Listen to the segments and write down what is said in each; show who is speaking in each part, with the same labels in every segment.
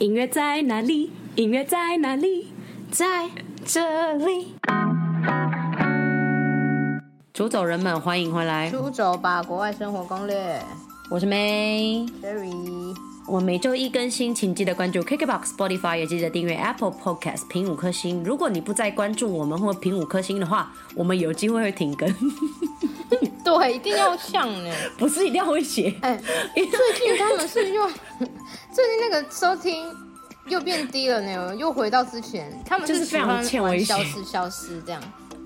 Speaker 1: 音乐在哪里？音乐在哪里？
Speaker 2: 在这里。
Speaker 3: 出走人们，欢迎回来，
Speaker 2: 出走吧，国外生活攻略
Speaker 3: 我是 May。
Speaker 2: ，Sherry。
Speaker 3: 我每周一更新，请记得关注 KKBOX、Spotify，也记得订阅 Apple Podcast，评五颗星。如果你不再关注我们或评五颗星的话，我们有机会会停更，
Speaker 2: 对，一定要像呢。
Speaker 3: 不是一定要会写。
Speaker 2: 哎、
Speaker 3: 因为
Speaker 2: 最近他们是又， 最近那个收听又变低了呢，又回到之前，他们
Speaker 3: 就是
Speaker 2: 喜
Speaker 3: 非常
Speaker 2: 欢
Speaker 3: 欠
Speaker 2: 玩
Speaker 3: 微
Speaker 2: 消
Speaker 3: 信
Speaker 2: 失消失这样。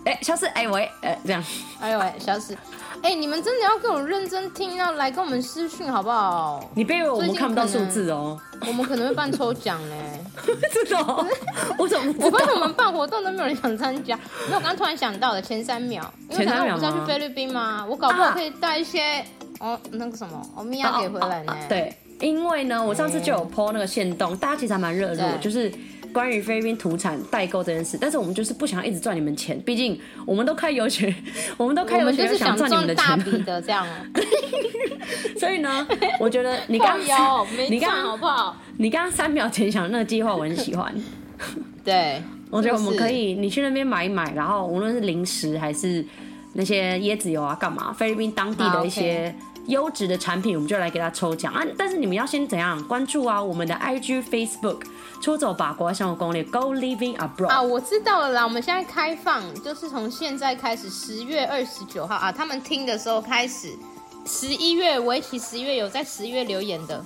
Speaker 3: 哎、下次哎、喂，呃，这样
Speaker 2: 哎呦喂，消失！哎、你们真的要跟我认真听啊，来跟我们私讯好不好？
Speaker 3: 你别以为我
Speaker 2: 最
Speaker 3: 们
Speaker 2: 近
Speaker 3: 看不到
Speaker 2: 可
Speaker 3: 数
Speaker 2: 能
Speaker 3: 字哦，
Speaker 2: 我们可能会办抽奖呢。
Speaker 3: 真 的、哦，我怎 么不
Speaker 2: 我
Speaker 3: 知
Speaker 2: 发现我
Speaker 3: 道？
Speaker 2: 们办活动都没有人想参加，没有，我刚刚突然想到了前三秒，因为
Speaker 3: 前三
Speaker 2: 等下
Speaker 3: 秒
Speaker 2: 我不是要去
Speaker 3: 吗
Speaker 2: 菲律宾吗？我搞不好
Speaker 3: 啊
Speaker 2: 可以带一些哦那个什么欧米亚给回来呢
Speaker 3: 啊啊啊。对，因为呢，我上次就有 PO 那个线动，大家其实还蛮热络，
Speaker 2: 对
Speaker 3: 就是关于菲律宾土产代购这件事。但是我们就是不想一直赚你们钱，毕竟我们都开游学， 我们都开
Speaker 2: 我
Speaker 3: 游
Speaker 2: 们就
Speaker 3: 学
Speaker 2: 是
Speaker 3: 想
Speaker 2: 想
Speaker 3: 赚你们的
Speaker 2: 赚大笔
Speaker 3: 钱。
Speaker 2: 的这样，
Speaker 3: 所以呢，我觉得你
Speaker 2: 靠
Speaker 3: 刚
Speaker 2: 腰没
Speaker 3: 你
Speaker 2: 赚好
Speaker 3: 刚
Speaker 2: 不好？
Speaker 3: 你刚刚三秒前想的那个计划，我很喜欢。
Speaker 2: 对，
Speaker 3: 我觉得我们
Speaker 2: 是不
Speaker 3: 可
Speaker 2: 是
Speaker 3: 以，你去那边买一买，然后无论是零食还是那些椰子油啊，干嘛，菲律宾当地
Speaker 2: 好
Speaker 3: 的一些优质的产品，我们就来给他抽奖啊！但是你们要先怎样关注啊？我们的 IG、Facebook，出走吧，国外生活攻略，Go Living
Speaker 2: 啊，
Speaker 3: Abroad。
Speaker 2: 我知道了啦，我们现在开放，就是从现在开始，十月二十九号啊，他们听的时候开始，十一月为期十月有在十月留言的，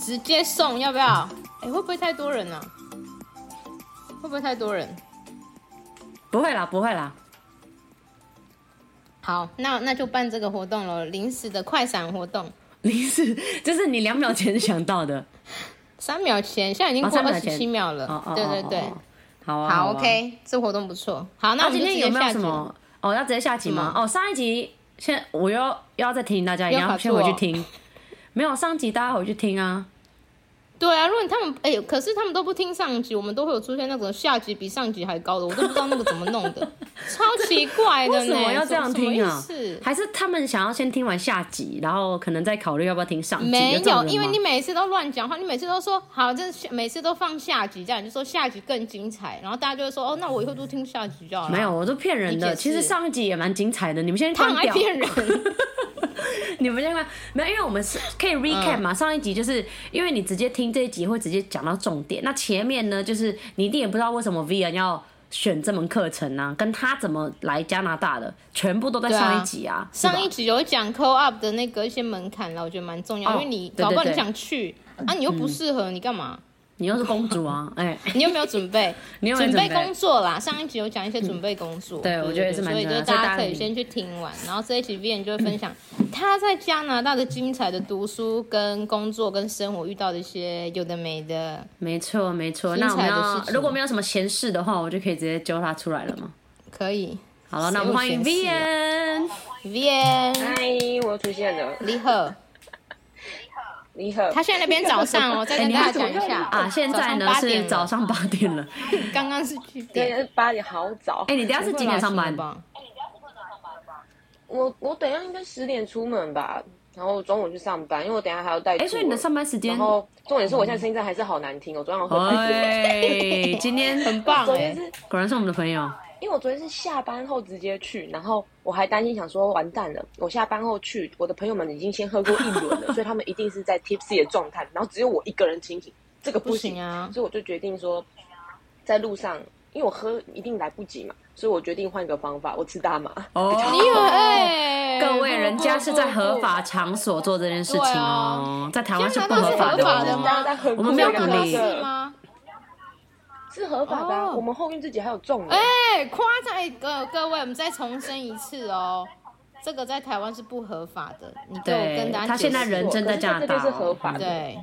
Speaker 2: 直接送，要不要？哎、会不会太多人呢、啊？会不会太多人？
Speaker 3: 不会啦，不会啦，
Speaker 2: 好，那那就办这个活动了，临时的快闪活动，
Speaker 3: 零食就是你两秒前想到的。
Speaker 2: 三秒前，现在已经
Speaker 3: 哦
Speaker 2: 过
Speaker 3: 三秒
Speaker 2: 二十七
Speaker 3: 前
Speaker 2: 秒了，
Speaker 3: 哦哦，
Speaker 2: 对
Speaker 3: 哦
Speaker 2: 对
Speaker 3: 哦
Speaker 2: 对，
Speaker 3: 哦好啊，
Speaker 2: 好
Speaker 3: 啊
Speaker 2: OK，这活动不错，好，
Speaker 3: 那
Speaker 2: 那我们
Speaker 3: 今
Speaker 2: 就直
Speaker 3: 天有
Speaker 2: 接
Speaker 3: 没有
Speaker 2: 下
Speaker 3: 什
Speaker 2: 集了
Speaker 3: 么？哦，要直接下集吗？
Speaker 2: 什
Speaker 3: 哦，上一集现在我又又要再提醒大家，也
Speaker 2: 又卡
Speaker 3: 要
Speaker 2: 住
Speaker 3: 先回去
Speaker 2: 哦
Speaker 3: 听。没有上集，大家回去听啊。
Speaker 2: 对啊，如果他们哎、可是他们都不听上集，我们都会有出现那种下集比上集还高的，我都不知道那个怎么弄 的，超奇怪的
Speaker 3: 为
Speaker 2: 呢。
Speaker 3: 什么要这样听啊
Speaker 2: 什么意？思
Speaker 3: 还是他们想要先听完下集，然后可能再考虑要不要听上集？
Speaker 2: 没
Speaker 3: 这种
Speaker 2: 有，
Speaker 3: 人
Speaker 2: 因为
Speaker 3: 吗
Speaker 2: 你每次都乱讲话，你每次都说好，这是每次都放下集，这样你就说下集更精彩，然后大家就会说哦，那我以后都听下集就好了。
Speaker 3: 没有，，我都骗人
Speaker 2: 你
Speaker 3: 的。
Speaker 2: 解释
Speaker 3: 其实上一集也蛮精彩的，你们先
Speaker 2: 他
Speaker 3: 关
Speaker 2: 很爱
Speaker 3: 掉。
Speaker 2: 骗人。
Speaker 3: 你们先关，没有，因为我们是可以 recap
Speaker 2: 嗯
Speaker 3: 嘛。上一集就是因为你直接听这一集会直接讲到重点，那前面呢，就是你一定也不知道为什么 Vian 要选这门课程啊，跟他怎么来加拿大的，全部都在
Speaker 2: 对啊
Speaker 3: 上一集啊。是吧
Speaker 2: 上一集有讲 co up 的那个一些门槛啦，我觉得蛮重要，
Speaker 3: 哦
Speaker 2: 因为你
Speaker 3: 对对
Speaker 2: 搞不好
Speaker 3: 对
Speaker 2: 你想去啊，你又不适合，你干嘛？
Speaker 3: 你又是公主 啊，哎、
Speaker 2: 你有没有准备？
Speaker 3: 你有没有
Speaker 2: 准
Speaker 3: 准备
Speaker 2: 备工作啦，上一集有讲一些准备工作，
Speaker 3: 对我觉得也是蛮
Speaker 2: 所以
Speaker 3: 重
Speaker 2: 就
Speaker 3: 要
Speaker 2: 是
Speaker 3: 所以
Speaker 2: 大
Speaker 3: 大家
Speaker 2: 家可
Speaker 3: 可
Speaker 2: 以
Speaker 3: 以
Speaker 2: 先去听完，然后这一集 Vian 就会分享 他在加拿大的精彩的读书、跟工作、跟生活遇到的一些有的没的，
Speaker 3: 没错没错。
Speaker 2: 精
Speaker 3: 那
Speaker 2: 彩
Speaker 3: 我们
Speaker 2: 的事
Speaker 3: 要
Speaker 2: 情
Speaker 3: 如果没有什么闲事的话，我就可以直接揪他出来 了嘛。
Speaker 2: 可以。
Speaker 3: 好了，那我们欢迎
Speaker 2: 谁有
Speaker 3: V
Speaker 2: 闲事啊
Speaker 3: N。
Speaker 2: Vian，
Speaker 4: 嗨，我又出现了，
Speaker 2: 你好，
Speaker 4: 你好。
Speaker 2: 他现在那边早上哦， 再跟
Speaker 3: 哎你
Speaker 2: 大
Speaker 3: 还
Speaker 2: 家讲一下
Speaker 3: 啊，现在呢
Speaker 2: 早上八点
Speaker 3: 是
Speaker 2: 了
Speaker 3: 早上八点了。
Speaker 2: 刚刚是几点
Speaker 4: 今？天八点好早，
Speaker 3: 哎、你等一下是几点上班？
Speaker 2: 吧？
Speaker 4: 我我等一下应该十点出门吧，然后中午去上班，因为我等一下还要带。
Speaker 3: 哎、所以你的上班时间哦
Speaker 4: 然，后重点是我现在声音真的还是好难听，我昨天好像喝醉。
Speaker 3: 哎，今天
Speaker 2: 很棒
Speaker 4: 昨
Speaker 2: 哎、
Speaker 4: 天是
Speaker 3: 果然是我们的朋友。
Speaker 4: 因为我昨天是下班后直接去，然后我还担心想说完蛋了，我下班后去，我的朋友们已经先喝过一轮 了，所以他们一定是在 tipsy 的状态，然后只有我一个人清醒，这个
Speaker 2: 不
Speaker 4: 行
Speaker 2: 行啊
Speaker 4: 所以我就决定说，在路上，因为我喝一定来不及嘛，所以我决定换一个方法，我吃大麻。
Speaker 3: 哦，
Speaker 2: 你很哎、哦
Speaker 3: 各位，人家是在合法场所做这件事情哦，在台湾是不合法的
Speaker 2: 这样难道是
Speaker 3: 哦
Speaker 2: 合法的吗
Speaker 3: 我们没有鼓励
Speaker 2: 是吗？
Speaker 4: 是合法的啊、
Speaker 2: 哦
Speaker 4: 我们后面自己还有种的。
Speaker 2: 哎、夸张哎，各各位，我们再重申一次哦，这个在台湾是不合法的。你给我
Speaker 3: 对
Speaker 2: 跟大家
Speaker 3: 他现在
Speaker 2: 解释
Speaker 3: 人
Speaker 2: 过
Speaker 3: 真的加拿大
Speaker 4: 可是这就是合法的。
Speaker 2: 对，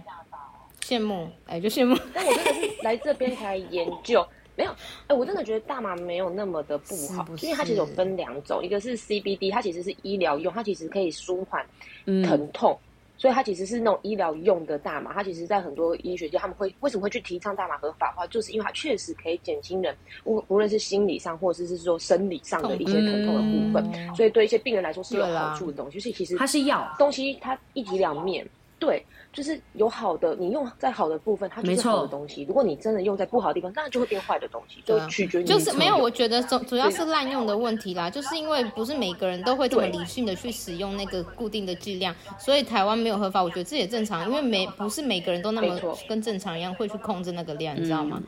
Speaker 2: 羡慕哎、就羡慕。
Speaker 4: 但我真的是来这边才研究，没有，哎、我真的觉得大麻没有那么的不好，
Speaker 2: 是不是
Speaker 4: 因为它其实有分两种，一个是 CBD，它其实是医疗用，它其实可以舒缓
Speaker 2: 嗯
Speaker 3: 嗯
Speaker 4: 疼痛。所以它其实是那种医疗用的大麻，它其实在很多医学界他们会为什么会去提倡大麻合法化，就是因为它确实可以减轻人无无论是心理上或者是是说生理上的一些疼痛的
Speaker 3: 嗯
Speaker 4: 部分，所以对一些病人来说是有
Speaker 2: 嗯对啦
Speaker 4: 好处的东西。就是其实
Speaker 3: 它是药，
Speaker 4: 东西它一体两面，对，就是有好的，你用在好的部分，它就
Speaker 3: 没
Speaker 4: 是
Speaker 3: 错
Speaker 4: 好的东西。如果你真的用在不好的地方，那就会变坏的东西，
Speaker 2: 对
Speaker 4: 就
Speaker 2: 啊
Speaker 4: 取决于你
Speaker 2: 就是没有，
Speaker 4: 怎么
Speaker 2: 我
Speaker 4: 用
Speaker 2: 觉得主主要是滥用的问题啦，就是因为不是每个人都会这么理性的去使用那个固定的剂量，所以台湾没有合法，我觉得这也正常，因为每不是每个人都那么
Speaker 4: 没错嗯
Speaker 2: 跟正常一样会去控制那个量，你知道吗？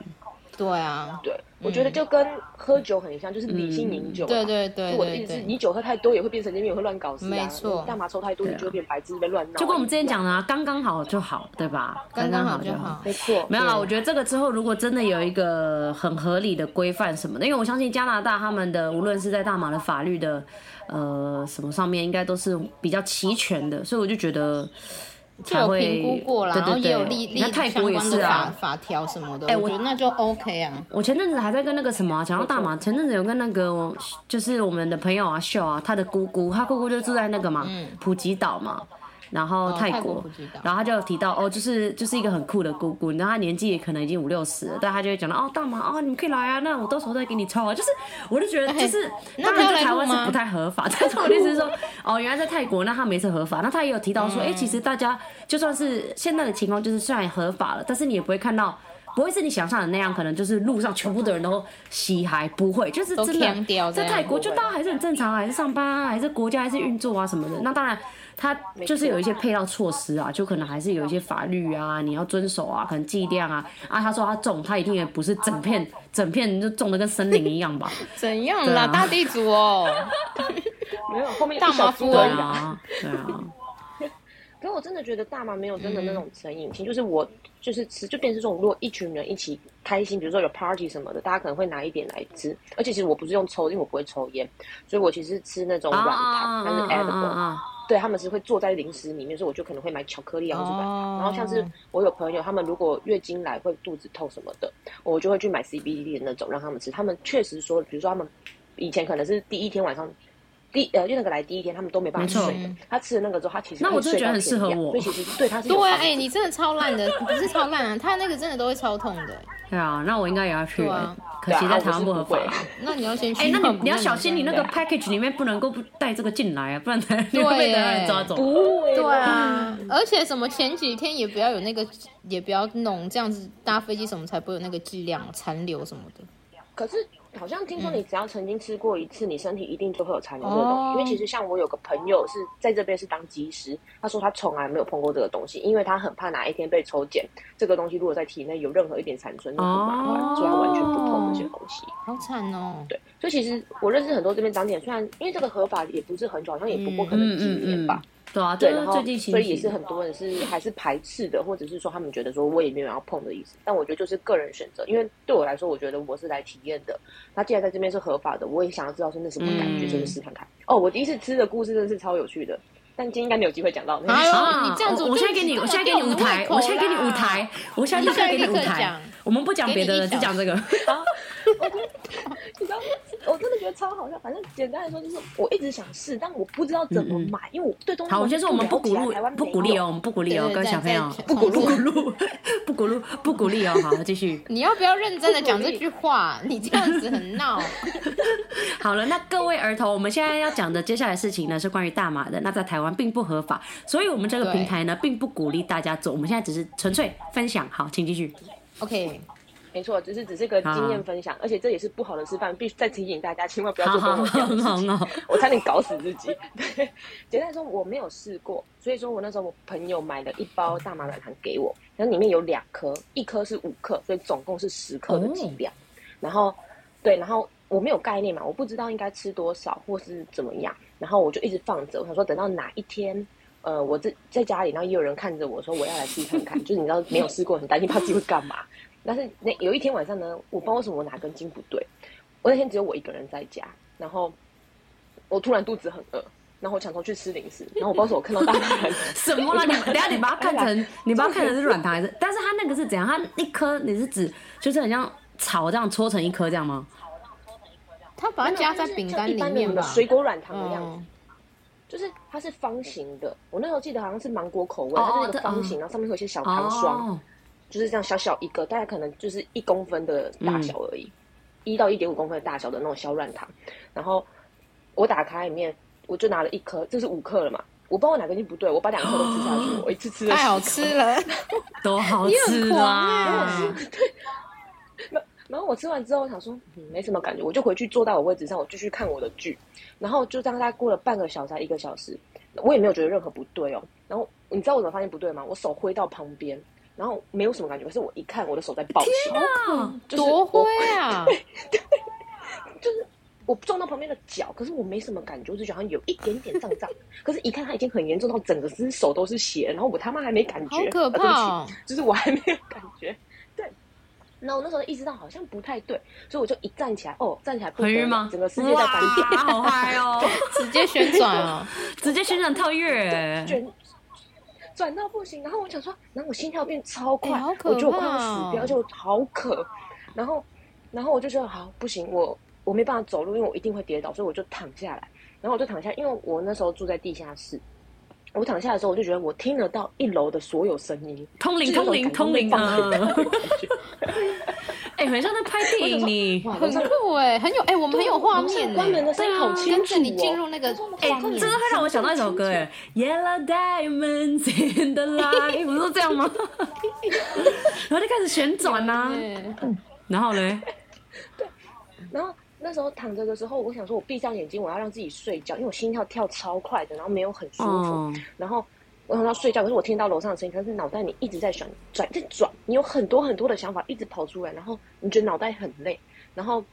Speaker 2: 对啊，
Speaker 4: 对，我觉得就跟喝酒很像，就是理性饮酒啊。
Speaker 2: 对对对
Speaker 4: 就我的
Speaker 2: 对
Speaker 4: 意思是，
Speaker 2: 对，
Speaker 4: 你酒喝太多也会变神经病，也会乱搞事啊。
Speaker 2: 没错
Speaker 4: 你大麻抽太多，
Speaker 3: 对啊
Speaker 4: 你就会变白痴，被乱闹。
Speaker 3: 就跟我们之前讲的、啊，刚刚好就好，对吧？
Speaker 2: 刚
Speaker 3: 刚
Speaker 2: 刚好
Speaker 3: 就
Speaker 2: 就好。。
Speaker 4: 没错，
Speaker 3: 没有啦，
Speaker 4: 对
Speaker 3: 我觉得这个之后如果真的有一个很合理的规范什么的，因为我相信加拿大他们的无论是在大马的法律的呃什么上面，应该都是比较齐全的，所以我就觉得
Speaker 2: 就
Speaker 3: 才
Speaker 2: 有
Speaker 3: 会
Speaker 2: 评估过啦，
Speaker 3: 对
Speaker 2: 然后
Speaker 3: 对
Speaker 2: 也
Speaker 3: 对，
Speaker 2: 有立立
Speaker 3: 那泰国也
Speaker 2: 相关
Speaker 3: 是
Speaker 2: 的法
Speaker 3: 啊。
Speaker 2: 法条什么的，
Speaker 3: 哎
Speaker 2: 我
Speaker 3: 我
Speaker 2: 觉得那就 OK 啊。
Speaker 3: 我前阵子还在跟那个什么、啊、讲到大马，前阵子有跟那个就是我们的朋友啊秀啊，他的姑姑，他姑姑就住在那个嘛、普吉岛嘛，然后
Speaker 2: 嗯哦
Speaker 3: 泰
Speaker 2: 泰
Speaker 3: 国，
Speaker 2: 国普吉岛
Speaker 3: 然后他就有提到哦，就是就是一个很酷的姑姑，然后他年纪也可能已经五六十了，但他就会讲到哦大马哦你们可以来啊，那我到时候再给你抽啊，就是我就觉得就是
Speaker 2: 哎那
Speaker 3: 当然
Speaker 2: 他要
Speaker 3: 在
Speaker 2: 来
Speaker 3: 台
Speaker 2: 录
Speaker 3: 湾
Speaker 2: 吗
Speaker 3: 是不太合法， 但是我的意思是说哦原来在泰国那他们也是合法，那他也有提
Speaker 2: 嗯
Speaker 3: 到说哎、其实大家就算是现在的情况就是虽然合法了，但是你也不会看到。不会是你想象的那样，可能就是路上全部的人都嘻嗨，不会，就是
Speaker 2: 都
Speaker 3: 真
Speaker 2: 腔调
Speaker 3: 的
Speaker 2: 这
Speaker 3: 在
Speaker 2: 样
Speaker 3: 泰国就大家还是很正常啊，还是上班啊，还是国家还是运作啊什么的。那当然，它就是有一些配套措施啊，就可能还是有一些法律啊，你要遵守啊，可能剂量啊。啊，他说他种，他一定也不是整片整片就种的跟森林一样 吧？
Speaker 2: 怎样
Speaker 3: 对
Speaker 2: 啦，
Speaker 3: 啊
Speaker 2: 大地主 哦，
Speaker 4: 没有后面
Speaker 2: 大
Speaker 4: 一小
Speaker 2: 麻
Speaker 4: 猪
Speaker 2: 夫
Speaker 3: 对
Speaker 4: 而已啊。
Speaker 3: 啊，对 啊，
Speaker 4: 可我真的觉得大麻没有真的那种成瘾性，就是我就是吃，就变成这种，如果一群人一起开心，比如说有 party 什么的，大家可能会拿一点来吃。而且其实我不是用抽，因为我不会抽烟，所以我其实是吃那种
Speaker 3: 啊
Speaker 4: 软
Speaker 3: 啊啊
Speaker 4: 糖，它是
Speaker 3: 啊
Speaker 4: edible，、
Speaker 3: 啊
Speaker 4: 对他们是会坐在零食里面，所以我就可能会买巧克力啊，或是软
Speaker 2: 哦
Speaker 4: 糖。然后像是我有朋友，他们如果月经来会肚子痛什么的，我就会去买 CBD 的那种让他们吃。他们确实说，比如说他们以前可能是第一天晚上。第呃，就那个来第一天，他们都没办
Speaker 3: 没错
Speaker 4: 法睡的。他吃了那个之后，他其实
Speaker 3: 那
Speaker 4: 可以
Speaker 3: 我真的
Speaker 4: 睡
Speaker 3: 觉得
Speaker 4: 到
Speaker 3: 很适合
Speaker 4: 天亮
Speaker 3: 我
Speaker 4: 所以其实对他是有
Speaker 2: 对啊，
Speaker 4: 帮助
Speaker 2: 哎，你真的超烂的，不是超烂啊，他那个真的都会超痛的。
Speaker 3: 对啊，那我应该也要去
Speaker 2: 对啊
Speaker 3: 欸，可惜
Speaker 4: 对
Speaker 3: 在
Speaker 4: 啊我
Speaker 3: 台湾
Speaker 4: 是
Speaker 3: 不
Speaker 4: 不
Speaker 3: 合法
Speaker 4: 会。啊
Speaker 2: 那你要先去，
Speaker 3: 哎，那你
Speaker 2: 不 然
Speaker 3: 你要小心，你那个
Speaker 2: 这样
Speaker 3: package 里面不能够不带这个进来啊，不然 等下你会
Speaker 2: 对
Speaker 3: 被
Speaker 2: 耶
Speaker 3: 台湾人抓走。
Speaker 4: 不会
Speaker 2: 对
Speaker 4: 啦，
Speaker 2: 啊，而且什么前几天也不要有那个，也不要弄这样子搭飞机什么才不会有那个剂量残留什么的。
Speaker 4: 可是好像听说你只要曾经吃过一次，你身体一定就会有残留这个东西。因为其实像我有个朋友是在这边是当技师，他说他从来没有碰过这个东西，因为他很怕哪一天被抽检，这个东西如果在体内有任何一点产生，就很麻烦，
Speaker 3: 哦
Speaker 4: 所以他完全不碰这些东西。
Speaker 2: 好惨哦！
Speaker 4: 对，所以其实我认识很多这边长点，虽然因为这个合法也不是很久，好像也不过可
Speaker 3: 嗯
Speaker 4: 能几年吧。
Speaker 3: 对啊，这
Speaker 4: 对，
Speaker 3: 就
Speaker 4: 然
Speaker 3: 是
Speaker 4: 后
Speaker 3: 最近
Speaker 4: 所
Speaker 3: 情
Speaker 4: 以也是
Speaker 3: 形。
Speaker 4: 很多人是还是排斥的，或者是说他们觉得说我也没有要碰的意思。但我觉得就是个人选择，因为对我来说，我觉得我是来体验的。那既然在这边是合法的，我也想要知道是那什么感觉，
Speaker 3: 嗯
Speaker 4: 就去试看看。哦，我第一次吃的故事真的是超有趣的，但今天应该没有机会讲到。
Speaker 2: 哎呦
Speaker 3: 啊
Speaker 2: 你这样子
Speaker 3: 我
Speaker 2: 我
Speaker 3: 我
Speaker 2: 就
Speaker 3: 现在给你，
Speaker 2: 知道
Speaker 3: 我现在给你舞台，
Speaker 2: 吊
Speaker 3: 我
Speaker 2: 我的
Speaker 3: 现
Speaker 2: 胃口啦
Speaker 3: 在给你舞台，我现在立刻给你舞
Speaker 2: 你现在立刻讲
Speaker 3: 台。我们不讲别的了，
Speaker 2: 给
Speaker 3: 只
Speaker 2: 你一小
Speaker 3: 讲
Speaker 2: 时
Speaker 3: 这个。
Speaker 4: 你知道，我真的觉得超好笑。反正简单来说，就是我一直想试，但我不知道怎么买，因为我对东西
Speaker 3: 好，我先说我们不
Speaker 4: 了解
Speaker 3: 鼓
Speaker 4: 啊
Speaker 3: 励
Speaker 4: 台湾，
Speaker 3: 不鼓励
Speaker 4: 没有
Speaker 3: 哦，我们不鼓励哦，
Speaker 2: 对对
Speaker 3: 各位小朋友
Speaker 2: 在，在
Speaker 3: 不鼓励，不鼓励，不鼓励，不鼓励哦。好，继续。
Speaker 2: 你要不要认真的讲这句话？你这样子很闹。
Speaker 3: 好了，那各位儿童，我们现在要讲的接下来的事情呢，是关于大麻的。那在台湾并不合法，所以我们这个
Speaker 2: 对
Speaker 3: 平台呢，并不鼓励大家做。我们现在只是纯粹分享。好，请继续。
Speaker 2: OK，
Speaker 4: 没错，只是只是个经验分享，而且这也是不好的示范，必须再提醒大家，千万不要做跟我一样的事
Speaker 3: 好好
Speaker 4: 情。
Speaker 3: 好好好
Speaker 4: 我差点搞死自己。 对，简单来说，我没有试过，所以说我那时候我朋友买了一包大麻软糖给我，然后里面有两颗，一颗是五克，所以总共是十克的剂量。然后，对，然后我没有概念嘛，我不知道应该吃多少或是怎么样，然后我就一直放着，我想说等到哪一天。呃，我这在家里，然后也有人看着我说我要来试看看，就是你知道没有试过，很担心怕自己会干嘛。但是那有一天晚上呢，我不知道为什么我哪根筋不对，我那天只有我一个人在家，然后我突然肚子很饿，然后我想说去吃零食，然后我不知道为什么我看到大 麻
Speaker 3: 什么啦？你等一下你把
Speaker 4: 哎
Speaker 3: 它看成，你把它看成是软糖还是？但是它那个是怎样？它一颗你是指就是很像草这样搓成一颗这样吗？
Speaker 2: 他把它加在饼干里面吧。
Speaker 4: 水果软糖的样子，
Speaker 2: 嗯，
Speaker 4: 就是它是方形的。我那时候记得好像是芒果口味，
Speaker 3: 哦
Speaker 4: 它是那
Speaker 3: 这
Speaker 4: 个方形，
Speaker 3: 嗯
Speaker 4: 然后上面会有一些小糖霜，
Speaker 3: 哦，
Speaker 4: 就是这样小小一个，大概可能就是一公分的
Speaker 2: 嗯
Speaker 4: 大小而已，一、到一点五公分的大小的那种小软糖。然后我打开里面，我就拿了一颗，这是五克了嘛，我不知道我哪根筋不对，我把两颗都吃下 去，我一次吃了
Speaker 2: 太好
Speaker 4: 十颗
Speaker 2: 吃了，
Speaker 3: 多好
Speaker 2: 你很
Speaker 3: 吃
Speaker 2: 狂
Speaker 3: 啊！
Speaker 4: 然后我吃完之后，我想说、嗯、没什么感觉，我就回去坐到我位置上，我继续看我的剧。然后就大概过了半个小时、还一个小时，我也没有觉得任何不对哦。然后你知道我怎么发现不对吗？我手挥到旁边，然后没有什么感觉，可是我一看我的手在爆血，
Speaker 3: 啊
Speaker 4: 就是我
Speaker 2: 多会啊！
Speaker 4: 就是我撞到旁边的脚，可是我没什么感觉，我只觉得好像有一点点胀 胀。可是，一看它已经很严重到整个只手都是血，然后我他妈还没感觉，
Speaker 2: 好可怕
Speaker 4: 啊
Speaker 2: 哦
Speaker 4: 对不起 就是我还没有感觉。对，然后我那时候意识到好像不太对，所以我就一站起来，哦，站起来不得
Speaker 3: 很晕
Speaker 4: 了
Speaker 3: 吗？
Speaker 4: 整个世界在翻
Speaker 3: 哇
Speaker 4: 滚，
Speaker 3: 好嗨哦！
Speaker 2: 直接旋转哦，
Speaker 3: 直接旋转跳跃，
Speaker 4: 卷转到不行。然后我想说，然后我心跳变超快，
Speaker 2: 哎好可
Speaker 4: 我觉得我快
Speaker 2: 怕
Speaker 4: 要
Speaker 2: 哦
Speaker 4: 死掉，而且我好渴。然后，然后我就觉得好不行，我我没办法走路，因为我一定会跌倒，所以我就躺下来。然后我就躺下，因为我那时候住在地下室。我躺下的时候，我就觉得我听得到一楼的所有声音，
Speaker 3: 通灵
Speaker 4: 就是那
Speaker 3: 通
Speaker 4: 种
Speaker 3: 灵
Speaker 4: 感觉
Speaker 3: 通灵
Speaker 4: 被放很大
Speaker 3: 啊！
Speaker 4: 的感觉
Speaker 3: 哎，很像在拍电影呢。
Speaker 4: 哇，楼
Speaker 2: 很
Speaker 4: 上
Speaker 2: 酷哎，很有哎，我们很有画
Speaker 4: 楼上
Speaker 2: 面
Speaker 4: 啊关门
Speaker 2: 哎，
Speaker 4: 的声音好清楚、哦，
Speaker 2: 跟着你进入那个
Speaker 3: 哎、
Speaker 2: 画面
Speaker 3: 真的，会让我想到一首歌哎，Yellow Diamonds in the Light，不是这样吗？ 然后就开始旋转啊呐、
Speaker 2: 对
Speaker 3: 然后嘞，
Speaker 2: 嗯
Speaker 4: 然后那时候躺着的时候，我想说，我闭上眼睛，我要让自己睡觉，因为我心跳跳超快的，然后没有很 舒服。
Speaker 3: 哦，
Speaker 4: 然后我想要睡觉，可是我听到楼上的声音，可是脑袋你一直在转转在转，你有很多很多的想法一直跑出来，然后你觉得脑袋很累，然后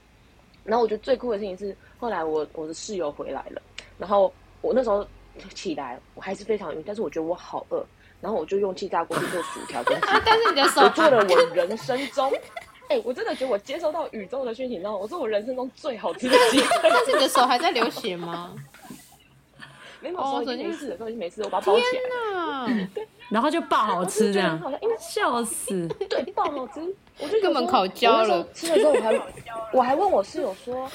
Speaker 4: 然后我觉得最酷的事情是，后来我我的室友回来了，然后我那时候起来，我还是非常晕，但是我觉得我好饿，然后我就用气炸锅去做薯条跟鸡
Speaker 2: 啊，但是你的手
Speaker 4: 我做了我人生中，哎、我真的觉得我接收到宇宙的讯息，你知道吗，我是我人生中最好吃的鸡腿。
Speaker 2: 但是你的手还在流血吗？
Speaker 4: 没有，我说已经没事了，都已经没事了，我把它包起来。
Speaker 2: 啊，
Speaker 3: 然后就爆好吃这样
Speaker 4: 我就觉得很好笑，因为
Speaker 3: 笑死！
Speaker 4: 对，爆好吃，我就觉得
Speaker 2: 根本
Speaker 4: 说
Speaker 2: 烤焦
Speaker 4: 我那时候
Speaker 2: 了
Speaker 4: 吃的时候我还 我还问我室友说，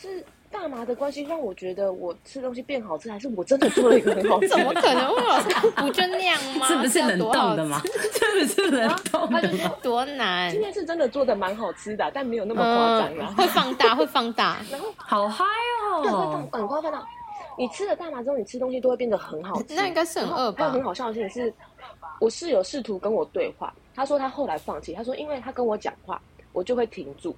Speaker 4: 是大麻的关系让我觉得我吃东西变好吃，还是我真的做了一个很好 吃
Speaker 2: 怎么
Speaker 4: 的？
Speaker 2: 可能会有？不就那样吗？
Speaker 3: 是不是
Speaker 2: 这样
Speaker 3: 冷
Speaker 2: 多
Speaker 3: 冻
Speaker 2: 好
Speaker 3: 的嘛？是不是冷冻
Speaker 4: 他
Speaker 3: 的
Speaker 4: 就
Speaker 3: 嘛？
Speaker 4: 说
Speaker 2: 多难
Speaker 4: 今，天是真的做的蛮好吃的，但没有那么夸张
Speaker 2: 嗯，
Speaker 4: 啦。
Speaker 2: 会放大，会放大，
Speaker 4: 然后
Speaker 3: 好嗨
Speaker 4: 对，会
Speaker 3: 哦
Speaker 4: 放！很快放到。你吃了大麻之后，你吃东西都会变得很好吃。
Speaker 2: 那应该是很饿
Speaker 4: 还有
Speaker 2: 吧
Speaker 4: 很？好笑的事情是，我室友试图跟我对话，他说他后来放弃，他说因为他跟我讲话，我就会停住。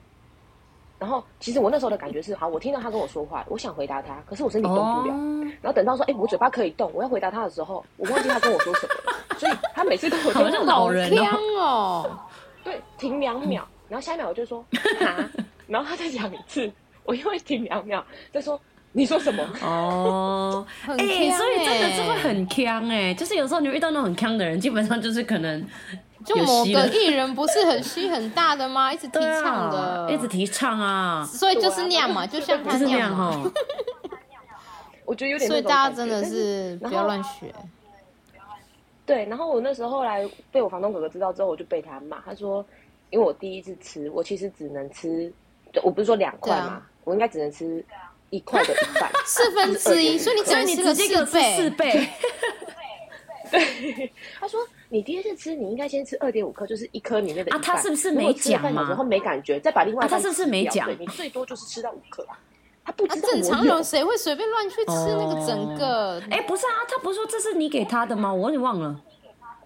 Speaker 4: 然后其实我那时候的感觉是，好，我听到他跟我说话，我想回答啊他，可是我身体动不了。
Speaker 3: 哦，
Speaker 4: 然后等到说，哎、我嘴巴可以动，我要回答他的时候，我忘记他跟我说什么了。所以他每次跟我
Speaker 3: 好
Speaker 4: 对
Speaker 3: 像
Speaker 4: 话，
Speaker 3: 老人
Speaker 2: 香
Speaker 3: 哦，
Speaker 2: 哦，
Speaker 4: 对，停两 秒，然后下一秒我就说哈，然后他再讲一次，我又会停两秒，再说你说什么？
Speaker 3: 哦，
Speaker 2: 很
Speaker 3: 哎、
Speaker 2: 香
Speaker 3: 所以真的是
Speaker 2: 哎
Speaker 3: 会很呛哎、就是有时候你遇到那种很呛的人，基本上就是可能
Speaker 2: 就
Speaker 3: 有
Speaker 2: 某
Speaker 3: 吸
Speaker 2: 个
Speaker 3: 了
Speaker 2: 艺人不是很吸很大的吗？ 一直提
Speaker 3: 对啊
Speaker 2: 倡的，
Speaker 3: 一直提倡啊，
Speaker 2: 所以就是啊那样嘛，就像
Speaker 3: 就
Speaker 2: 他
Speaker 3: 是那样
Speaker 2: 样嘛。
Speaker 3: 哈。
Speaker 4: 我觉得有点
Speaker 2: 所
Speaker 4: 那
Speaker 2: 以
Speaker 4: 种
Speaker 2: 大家
Speaker 4: 感觉
Speaker 2: 真的
Speaker 4: 但
Speaker 2: 是
Speaker 4: 然
Speaker 2: 不要
Speaker 4: 后
Speaker 2: 乱学，
Speaker 4: 对，然后我那时候后来被我房东哥哥知道之后，我就被他骂，他说，因为我第一次吃，我其实只能吃，对我不是说两块
Speaker 2: 对
Speaker 4: 嘛，
Speaker 2: 啊。
Speaker 4: 我应该只能吃一块的一 半
Speaker 2: 四分之一，所以你只
Speaker 3: 所以
Speaker 2: 能
Speaker 3: 你
Speaker 2: 吃
Speaker 3: 直
Speaker 2: 了
Speaker 3: 接给我吃四
Speaker 2: 倍，
Speaker 3: 倍，
Speaker 4: 对，他说你第一次吃，你应该先吃二点五颗，就是一颗里面的
Speaker 3: 啊
Speaker 4: 一半。
Speaker 3: 他是不是
Speaker 4: 如果
Speaker 3: 没
Speaker 4: 吃了
Speaker 3: 讲
Speaker 4: 半小
Speaker 3: 嘛
Speaker 4: 时后没感觉，再把另外
Speaker 3: 啊
Speaker 4: 一
Speaker 3: 他
Speaker 4: 半
Speaker 3: 是不是
Speaker 4: 吃
Speaker 3: 没
Speaker 4: 掉
Speaker 3: 讲
Speaker 4: 对你最多就是吃到五颗，他不
Speaker 2: 啊
Speaker 4: 知道
Speaker 2: 正常
Speaker 4: 我有
Speaker 2: 人谁会随便乱去吃那个整个？
Speaker 3: 哎、不是啊，他不是说这是你给他的吗？我有点忘了，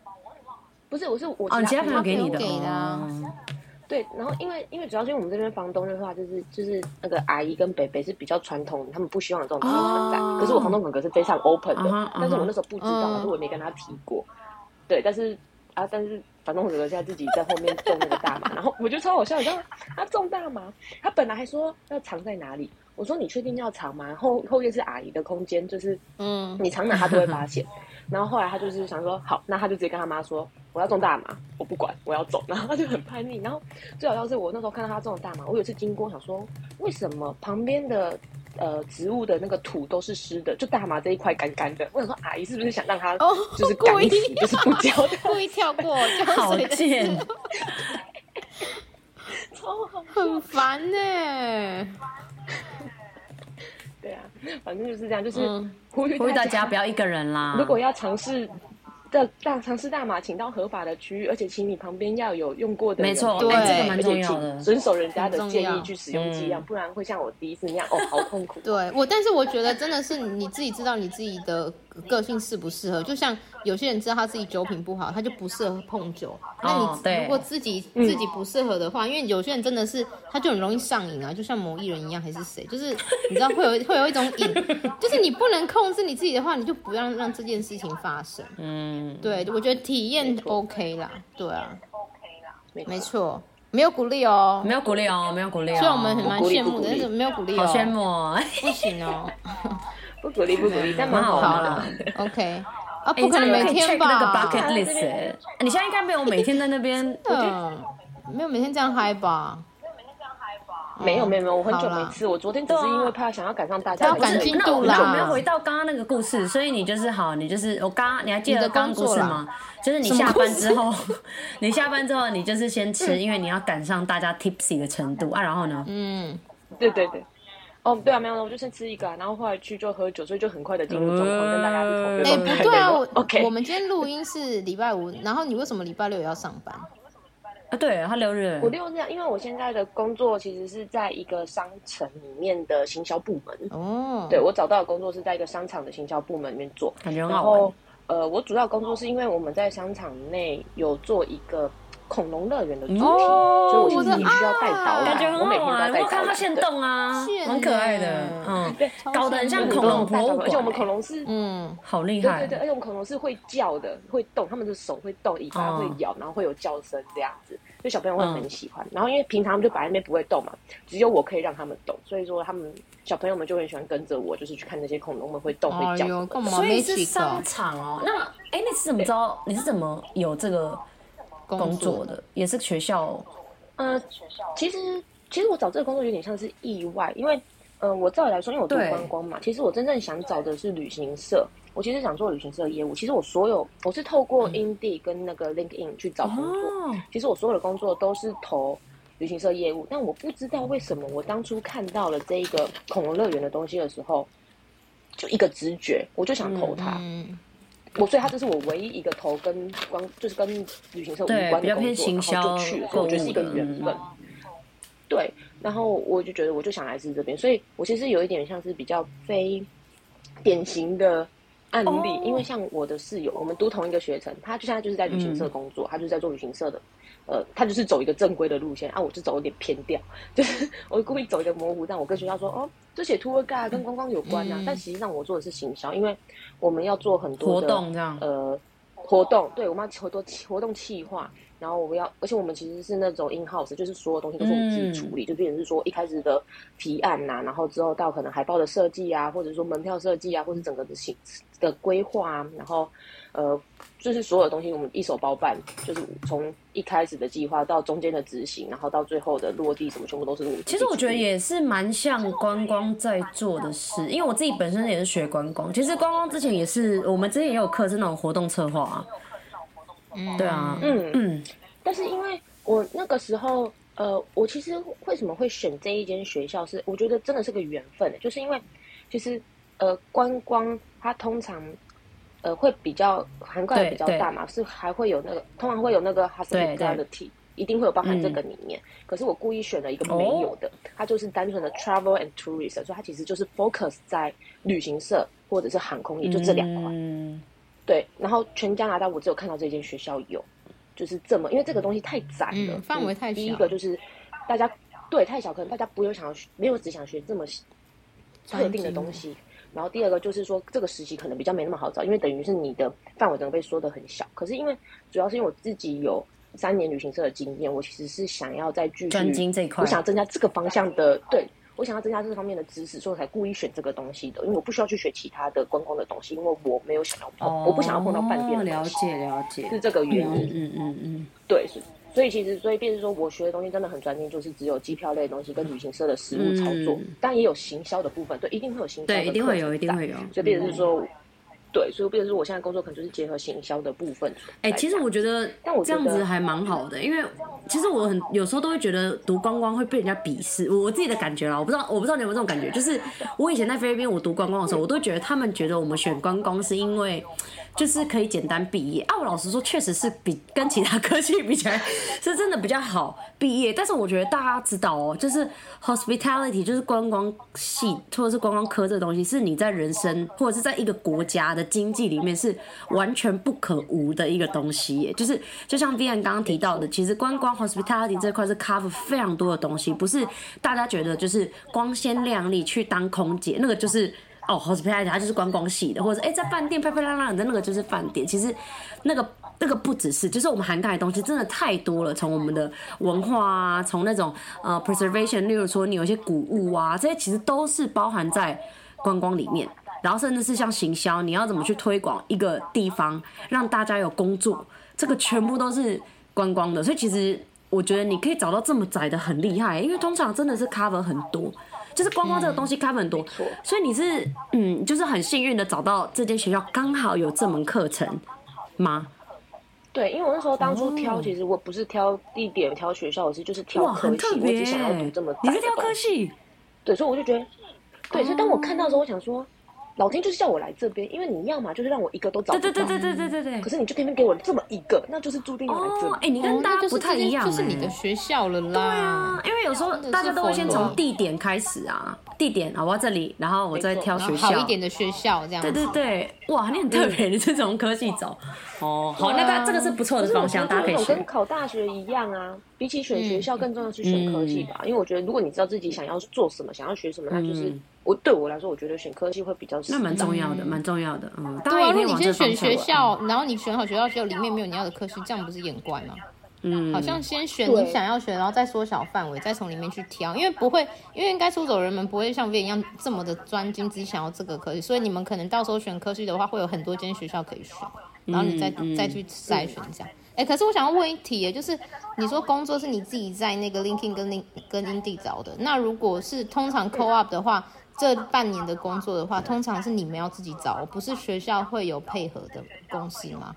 Speaker 3: 哦
Speaker 4: 不是，我是我
Speaker 3: 哦，你其他朋友给你的，
Speaker 2: 他朋友给的啊
Speaker 3: 哦
Speaker 4: 对，然后因为因为主要是因为我们这边房东的话，就是就是那个阿姨跟北北是比较传统，他们不希望有这种东西存在。
Speaker 3: 哦
Speaker 4: 可是我房东哥哥是非常 open 的
Speaker 3: 啊哈啊哈
Speaker 4: 但是我那时候不知道，
Speaker 2: 嗯
Speaker 4: 可是我也没跟他提过。对，但是啊，但是房东哥哥现在自己在后面种那个大麻，然后我觉得超好笑，你知道吗？他种大麻，他本来还说要藏在哪里，我说你确定要藏吗？后后院是阿姨的空间，就是
Speaker 3: 哦
Speaker 2: 嗯，
Speaker 4: 你藏哪他都会发现。然后后来他就是想说，好，那他就直接跟他妈说，我要种大麻，我不管，我要种。然后他就很叛逆。然后最好笑是我那时候看到他种大麻，我有一次经过想说，为什么旁边的呃植物的那个土都是湿的，就大麻这一块干干的？我想说阿姨是不是想让他
Speaker 2: 哦
Speaker 4: 就是
Speaker 2: 故
Speaker 4: 干
Speaker 2: 意
Speaker 4: 一起，就是不浇 的，
Speaker 2: 故意跳过
Speaker 3: 哦好
Speaker 2: 浇 水的，
Speaker 3: 贱，
Speaker 4: 超好。
Speaker 2: 很烦呢。
Speaker 4: 对啊，反正就是这样，就是
Speaker 2: 嗯
Speaker 4: 呼吁
Speaker 3: 呼吁大家不
Speaker 4: 要，
Speaker 3: 要一个人
Speaker 2: 啊
Speaker 3: 啦。
Speaker 4: 如果要尝试。的大尝试大麻，请到合法的区域，而且请你旁边要有用过的人。
Speaker 3: 没错，
Speaker 2: 对
Speaker 3: 哎，这个蛮
Speaker 4: 而
Speaker 3: 重
Speaker 4: 且
Speaker 3: 要的
Speaker 4: 请。遵守人家的建
Speaker 2: 很重
Speaker 4: 议
Speaker 2: 要
Speaker 4: 去使用剂
Speaker 2: 嗯。
Speaker 4: 量，不然会像我第一次那样，哦，好痛苦
Speaker 2: 对我，但是我觉得真的是你自己知道你自己的个性适不适合。就像有些人知道他自己酒品不好，他就不适合碰酒。那你、
Speaker 3: 对
Speaker 2: 如果自己自己不适合的话，因为有些人真的是他就很容易上瘾啊，就像某艺人一样，还是谁，就是你知道会有会有一种瘾，就是你不能控制你自己的话，你就不要让这件事情发生。
Speaker 3: 嗯，
Speaker 2: 对，我觉得体验 OK 啦，对啊，
Speaker 4: 没
Speaker 2: 没
Speaker 4: 错
Speaker 2: 错，没有鼓励哦。
Speaker 3: 没有鼓励哦，没有鼓励哦。
Speaker 2: 虽然我们很蛮
Speaker 4: 不鼓励
Speaker 2: 羡慕
Speaker 4: 不
Speaker 2: 的，
Speaker 4: 鼓
Speaker 2: 但
Speaker 4: 励
Speaker 2: 是没有鼓励
Speaker 3: 好
Speaker 2: 哦，
Speaker 3: 羡慕哦，
Speaker 2: 不行哦。
Speaker 4: 不鼓励不鼓励，但蛮
Speaker 3: 蛮
Speaker 2: 好
Speaker 4: 好
Speaker 3: 的
Speaker 2: 啦 OK，啊，
Speaker 3: 哎
Speaker 2: 不可能
Speaker 3: 这样
Speaker 2: 每
Speaker 3: 可以
Speaker 2: 天
Speaker 3: check
Speaker 2: 吧？。
Speaker 3: 那个 bucket list，哎你现在应该没有每天在那边
Speaker 2: 嗯，没有每天这样嗨吧？
Speaker 4: 没有没有没有，我很久
Speaker 2: 好
Speaker 4: 没
Speaker 2: 啦
Speaker 4: 吃，我昨天只是因为怕想要赶上大
Speaker 2: 对
Speaker 4: 家
Speaker 2: 啊
Speaker 4: 的
Speaker 2: 赶
Speaker 4: 行程，
Speaker 2: 进
Speaker 3: 那
Speaker 2: 度
Speaker 3: 我
Speaker 2: 啦
Speaker 3: 那我们要回到刚刚那个故事，所以你就是好，你就是我刚刚你还记得
Speaker 2: 你的
Speaker 3: 刚刚
Speaker 2: 工
Speaker 3: 故
Speaker 2: 作
Speaker 3: 事
Speaker 2: 啦
Speaker 3: 吗？就是你下班之后， 你下班之后你就是先吃，因为你要赶上大家 tipsy 的程度啊。然后呢，
Speaker 2: 嗯，
Speaker 4: 对对对。哦，对啊，没有了，我就先吃一个啊、然后后来去就喝酒，所以就很快的进入状况，跟大家是
Speaker 2: 哎、
Speaker 4: 同一
Speaker 2: 不
Speaker 4: 个状态
Speaker 2: 对啊，
Speaker 4: 的
Speaker 2: 我
Speaker 4: OK，
Speaker 2: 我们今天录音是礼拜五，然后你为什么礼拜六也要上班？
Speaker 3: 啊对他六日
Speaker 4: 我，六日啊，因为我现在的工作其实是在一个商城里面的行销部门。
Speaker 2: 哦，
Speaker 4: 对，我找到的工作是在一个商场的行销部门里面做，
Speaker 3: 感觉很
Speaker 4: 然
Speaker 3: 好玩
Speaker 4: 后。呃，我主要工作是因为我们在商场内有做一个恐龙乐园的主题，
Speaker 2: 哦
Speaker 4: 所以
Speaker 2: 我
Speaker 4: 我其
Speaker 2: 的
Speaker 4: 实也需要带导
Speaker 3: 啊感觉
Speaker 4: 览，
Speaker 3: 很
Speaker 4: 我每
Speaker 3: 好玩，
Speaker 4: 天都要
Speaker 3: 我有看
Speaker 4: 带导
Speaker 3: 到
Speaker 4: 览
Speaker 3: 现
Speaker 4: 的。
Speaker 3: 动啊
Speaker 2: 是，
Speaker 3: 蛮可爱的
Speaker 2: 呢，
Speaker 3: 嗯，
Speaker 4: 对，
Speaker 3: 搞得很像
Speaker 4: 很
Speaker 3: 恐
Speaker 4: 多
Speaker 3: 龙
Speaker 4: 种
Speaker 3: 博
Speaker 4: 大
Speaker 3: 物
Speaker 4: 小
Speaker 3: 馆，
Speaker 4: 而且我们恐龙是
Speaker 2: 嗯，
Speaker 3: 好厉
Speaker 4: 对对
Speaker 3: 害
Speaker 4: 对，，而且我们恐龙是会叫的，会动，他们的手会动，尾巴
Speaker 3: 哦
Speaker 4: 会摇，然后会有叫声这样子，所以小朋友会很
Speaker 3: 嗯
Speaker 4: 喜欢。然后因为平常就摆在那边不会动嘛，只有我可以让他们动，所以说他们小朋友们就很喜欢跟着我，就是去看那些恐龙们会动会
Speaker 2: 哎
Speaker 4: 叫
Speaker 2: 呦，
Speaker 4: 的。
Speaker 2: 干嘛
Speaker 3: 所
Speaker 2: 没
Speaker 3: 以是
Speaker 2: 几
Speaker 3: 商
Speaker 2: 个
Speaker 3: 场哦。那哎，你是怎么知道？你是怎么有这个工作？的？哦也是学校
Speaker 4: 呃，其实其实我找这个工作有点像是意外，因为嗯、呃我照理来说，因为我读
Speaker 3: 对
Speaker 4: 观光嘛，其实我真正想找的是旅行社。我其实想做旅行社业务，其实我所有我是透过 Indeed 跟那个 LinkedIn 去找工作，
Speaker 3: 嗯哦，
Speaker 4: 其实我所有的工作都是投旅行社业务，但我不知道为什么我当初看到了这一个恐龙乐园的东西的时候，就一个直觉，我就想投它。
Speaker 2: 嗯，
Speaker 4: 我所以它这是我唯一一个投跟光就是跟旅行社无
Speaker 3: 对
Speaker 4: 关
Speaker 3: 比较
Speaker 4: 的
Speaker 3: 偏
Speaker 4: 工作，
Speaker 3: 行
Speaker 4: 然
Speaker 3: 销
Speaker 4: 后就去了，所以
Speaker 3: 购
Speaker 4: 我觉得
Speaker 3: 物
Speaker 4: 是一个
Speaker 3: 的
Speaker 4: 缘分。
Speaker 3: 嗯
Speaker 4: 对，然后我就觉得我就想来自这边，所以我其实有一点像是比较非典型的案例，
Speaker 3: 哦
Speaker 4: 因为像我的室友，我们读同一个学程，他就现在就是在旅行社
Speaker 3: 嗯
Speaker 4: 工作，他就是在做旅行社的，呃，他就是走一个正规的路线啊，我就走有点偏掉，就是 我故意走一个模糊，让我跟学校说哦，这写 tour guide 啊跟观光有关啊，
Speaker 2: 嗯
Speaker 4: 但实际上我做的是行销，因为我们要做很多
Speaker 3: 活
Speaker 4: 的
Speaker 3: 动这样
Speaker 4: 呃活动，对我们要很多企活动企划，然后我们要，而且我们其实是那种 in house，就是所有东西都是我们自己处
Speaker 3: 嗯
Speaker 4: 理，就变成是说一开始的提案呐、然后之后到可能海报的设计啊，或者说门票设计啊，或者整个的形的规划啊，然后呃，就是所有东西我们一手包办，就是从一开始的计划到中间的执行，然后到最后的落地，什么全部都是我们自己
Speaker 3: 其实我觉得
Speaker 4: 处理
Speaker 3: 也是蛮像观光在做的事，因为我自己本身也是学观光。其实观光之前也是，我们之前也有课是那种活动策划啊。
Speaker 2: 嗯
Speaker 3: 对啊，
Speaker 4: 嗯
Speaker 3: 嗯，
Speaker 4: 但是因为我那个时候，呃，我其实为什么会选这一间学校是，我觉得真的是个缘分，欸就是因为其实呃，观光它通常呃会比较涵盖的比较
Speaker 3: 对对
Speaker 4: 大嘛，是还会有那个通常会有那个 hospitality。一定会有包含这
Speaker 3: 嗯
Speaker 4: 个里面，可是我故意选了一
Speaker 3: 哦
Speaker 4: 个没有的，它就是单纯的 travel and tourism，所以它其实就是 focus 在旅行社或者是航空业，就这两块。
Speaker 3: 嗯
Speaker 4: 对，然后全加拿大我只有看到这间学校有，就是这么，因为这个东西太窄了，
Speaker 2: 嗯范围太小
Speaker 4: 第一个就是大家对太小，可能大家不用想要学，没有只想学这么特定的东西。然后第二个就是说，这个实习可能比较没那么好找，因为等于是你的范围整个被缩得很小。可是因为主要是因为我自己有三年旅行社的经验，我其实是想要再继续
Speaker 3: 专精这一块
Speaker 4: 我想要增加这个方向的，对我想要增加这方面的知识，所以我才故意选这个东西的，因为我不需要去学其他的观光的东西，因为我没有想要碰，
Speaker 3: 哦，
Speaker 4: 我不想要碰到半边的
Speaker 3: 了
Speaker 4: 东西，
Speaker 3: 解了解，
Speaker 4: 是这个原因。
Speaker 3: 嗯嗯嗯嗯，
Speaker 4: 对，所以所以其实所以便是说我学的东西真的很专精，就是只有机票类的东西跟旅行社的实务操作，
Speaker 3: 嗯
Speaker 4: 当然也有行销的部分，对，一定会有行销的，
Speaker 3: 对，一定会有，一嗯定会
Speaker 4: 有。
Speaker 3: 有。
Speaker 4: 所以变成是说，对，所以变成是我现在工作可能就是结合行销的部分。
Speaker 3: 哎、其实我觉得
Speaker 4: 但我
Speaker 3: 这
Speaker 4: 觉得
Speaker 3: 样子还蛮好的，因为其实我很有时候都会觉得读观光会被人家鄙视，我我自己的感觉啦，我不知道我不知道你有没有这种感觉，就是我以前在菲律宾我读观光的时候，我都觉得他们觉得我们选观光是因为就是可以简单毕业啊。我老实说，确实是比跟其他科系比起来，是真的比较好毕业。但是我觉得大家知道哦，就是 hospitality 就是观光系或者是观光科这个东西，是你在人生或者是在一个国家的经济里面是完全不可无的一个东西耶。就是就像 Vian 刚刚提到的，其实观光 hospitality 这块是 cover 非常多的东西，不是大家觉得就是光鲜亮丽去当空姐，那个就是。哦，hospitality 它就是观光系的，或者哎、诶在饭店漂漂亮亮的那个就是饭店，其实那个那个不只是，就是我们涵盖的东西真的太多了，从我们的文化啊，从那种呃 preservation，例如说你有一些古物啊，这些其实都是包含在观光里面。然后甚至是像行销，你要怎么去推广一个地方，让大家有工作，这个全部都是观光的。所以其实我觉得你可以找到这么窄的很厉害，因为通常真的是 cover 很多，就是观光这个东西 cover 很多。所以你是嗯，就是很幸运的找到这间学校刚好有这门课程吗？
Speaker 4: 对，因为我那时候当初
Speaker 3: 哦
Speaker 4: 挑，其实我不是挑地点、挑学校，我是就是挑
Speaker 3: 哇，
Speaker 4: 科
Speaker 3: 很特
Speaker 4: 系，我
Speaker 3: 别
Speaker 4: 只想要读
Speaker 3: 耶
Speaker 4: 这么！
Speaker 3: 你
Speaker 4: 大
Speaker 3: 是
Speaker 4: 的
Speaker 3: 挑
Speaker 4: 东
Speaker 3: 科
Speaker 4: 西
Speaker 3: 系，
Speaker 4: 对，所以我就觉得，对，所以当我看到
Speaker 3: 哦
Speaker 4: 的时候，我想说，老天就是叫我来这边，因为你要嘛就是让我一个都找
Speaker 3: 对
Speaker 4: 不到，
Speaker 3: 对对对对对对对
Speaker 4: 可。是你就偏偏给我这么一个，那就是注定要来这
Speaker 3: 哦
Speaker 4: 里。，
Speaker 3: 哎、你
Speaker 2: 哦
Speaker 3: 跟大
Speaker 2: 那
Speaker 3: 家
Speaker 2: 就是
Speaker 3: 不太
Speaker 2: 这间
Speaker 3: 一样、
Speaker 2: 就是你
Speaker 3: 哎
Speaker 2: 的学校了啦。
Speaker 3: 对啊，因为有时候
Speaker 2: 真的是
Speaker 3: 大家都会先
Speaker 2: 疯
Speaker 3: 从
Speaker 2: 了
Speaker 3: 地点开始啊，地点啊，我要这里，然后我再挑
Speaker 2: 然后
Speaker 3: 学
Speaker 2: 好
Speaker 3: 校
Speaker 2: 一。点的学校这样子。
Speaker 3: 对对对，哇，你很特别，你是从科系走。哦，好，那大这个是不错
Speaker 4: 可
Speaker 3: 的
Speaker 4: 是我
Speaker 3: 方
Speaker 4: 觉
Speaker 3: 向，
Speaker 4: 得
Speaker 3: 大家可以
Speaker 4: 这种跟
Speaker 3: 学。嗯
Speaker 4: 考大学一样啊，比起选学校更重要是选科系吧，因为我觉得如果你知道自己想要做什么，想要学什么，那就是、
Speaker 3: 嗯
Speaker 4: 我对我来说，我觉得选科系会比较适
Speaker 3: 那
Speaker 4: 合
Speaker 3: 蛮重要的，蛮重要的，嗯，大
Speaker 2: 对
Speaker 3: 家
Speaker 2: 啊，
Speaker 3: 也可
Speaker 2: 如
Speaker 3: 以
Speaker 2: 果
Speaker 3: 往
Speaker 2: 你
Speaker 3: 这
Speaker 2: 先
Speaker 3: 方向啊
Speaker 2: 选学
Speaker 3: 走。
Speaker 2: 校，然后你选好学校之后，里面没有你要的科系，这样不是眼怪吗？
Speaker 3: 嗯，
Speaker 2: 好像先选
Speaker 4: 对
Speaker 2: 你想要选，然后再缩小范围，再从里面去挑，因为不会，因为应该出走人们不会像 V 一样这么的专精自己想要这个科系，所以你们可能到时候选科系的话，会有很多间学校可以选，然后你再、
Speaker 3: 嗯
Speaker 2: 再去筛选这样。哎、可是我想要问一题耶，就是你说工作是你自己在那个 LinkedIn 跟 Link 跟 Indeed 找的，那如果是通常 Co op 的话，这半年的工作的话，通常是你们要自己找，不是学校会有配合的公司吗？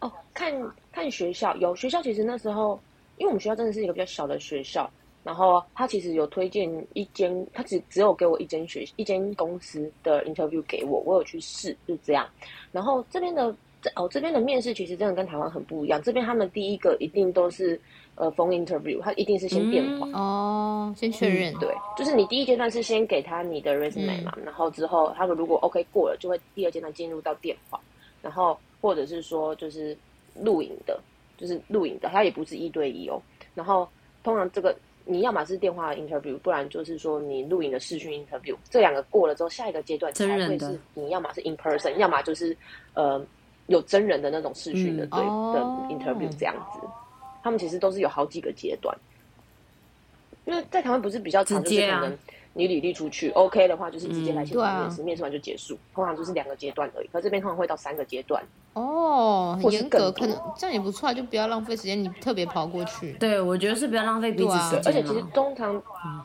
Speaker 4: 哦，看看学校，有学校其实那时候，因为我们学校真的是一个比较小的学校，然后他其实有推荐一间，他只只有给我一间学一间公司的 interview 给我，我有去试，就这样。然后这边的这哦这边的面试其实真的跟台湾很不一样，这边他们第一个一定都是呃 phone interview，他一定是先电话。
Speaker 3: 嗯
Speaker 2: 哦，先确认。
Speaker 4: 对，就是你第一阶段是先给他你的
Speaker 3: 嗯
Speaker 4: resume 嘛，然后之后他们如果 OK 过了，就会第二阶段进入到电话，然后或者是说就是录影的，就是录影的，他也不是一对一哦。然后通常这个你要么是电话 interview，不然就是说你录影的视讯 interview，这两个过了之后，下一个阶段才
Speaker 3: 真人
Speaker 4: 会
Speaker 3: 的
Speaker 4: 是你要么是 in person，要么就是呃有真人的那种视讯的
Speaker 3: 嗯
Speaker 4: 对、的
Speaker 2: 哦
Speaker 4: interview 这样子。他们其实都是有好几个阶段。因为在台湾不是比较常
Speaker 3: 直
Speaker 4: 就
Speaker 3: 接
Speaker 4: 是
Speaker 3: 啊嗯
Speaker 4: 可能你履历出去 OK 的话，就是直接来现
Speaker 2: 对
Speaker 4: 场
Speaker 2: 啊
Speaker 4: 面试，面试完就结束，通常就是两个阶段而已。可这边通常会到三个阶段，
Speaker 2: 哦，很
Speaker 4: 或是
Speaker 2: 严
Speaker 4: 更
Speaker 2: 格，可
Speaker 4: 多
Speaker 2: 能这样也不错啊，就不要浪费时间，你特别跑过去。
Speaker 3: 对，我觉得是不要浪费彼此
Speaker 2: 对啊
Speaker 3: 时
Speaker 4: 而且
Speaker 3: 间
Speaker 4: 其实
Speaker 3: 了。
Speaker 4: 通常，
Speaker 3: 嗯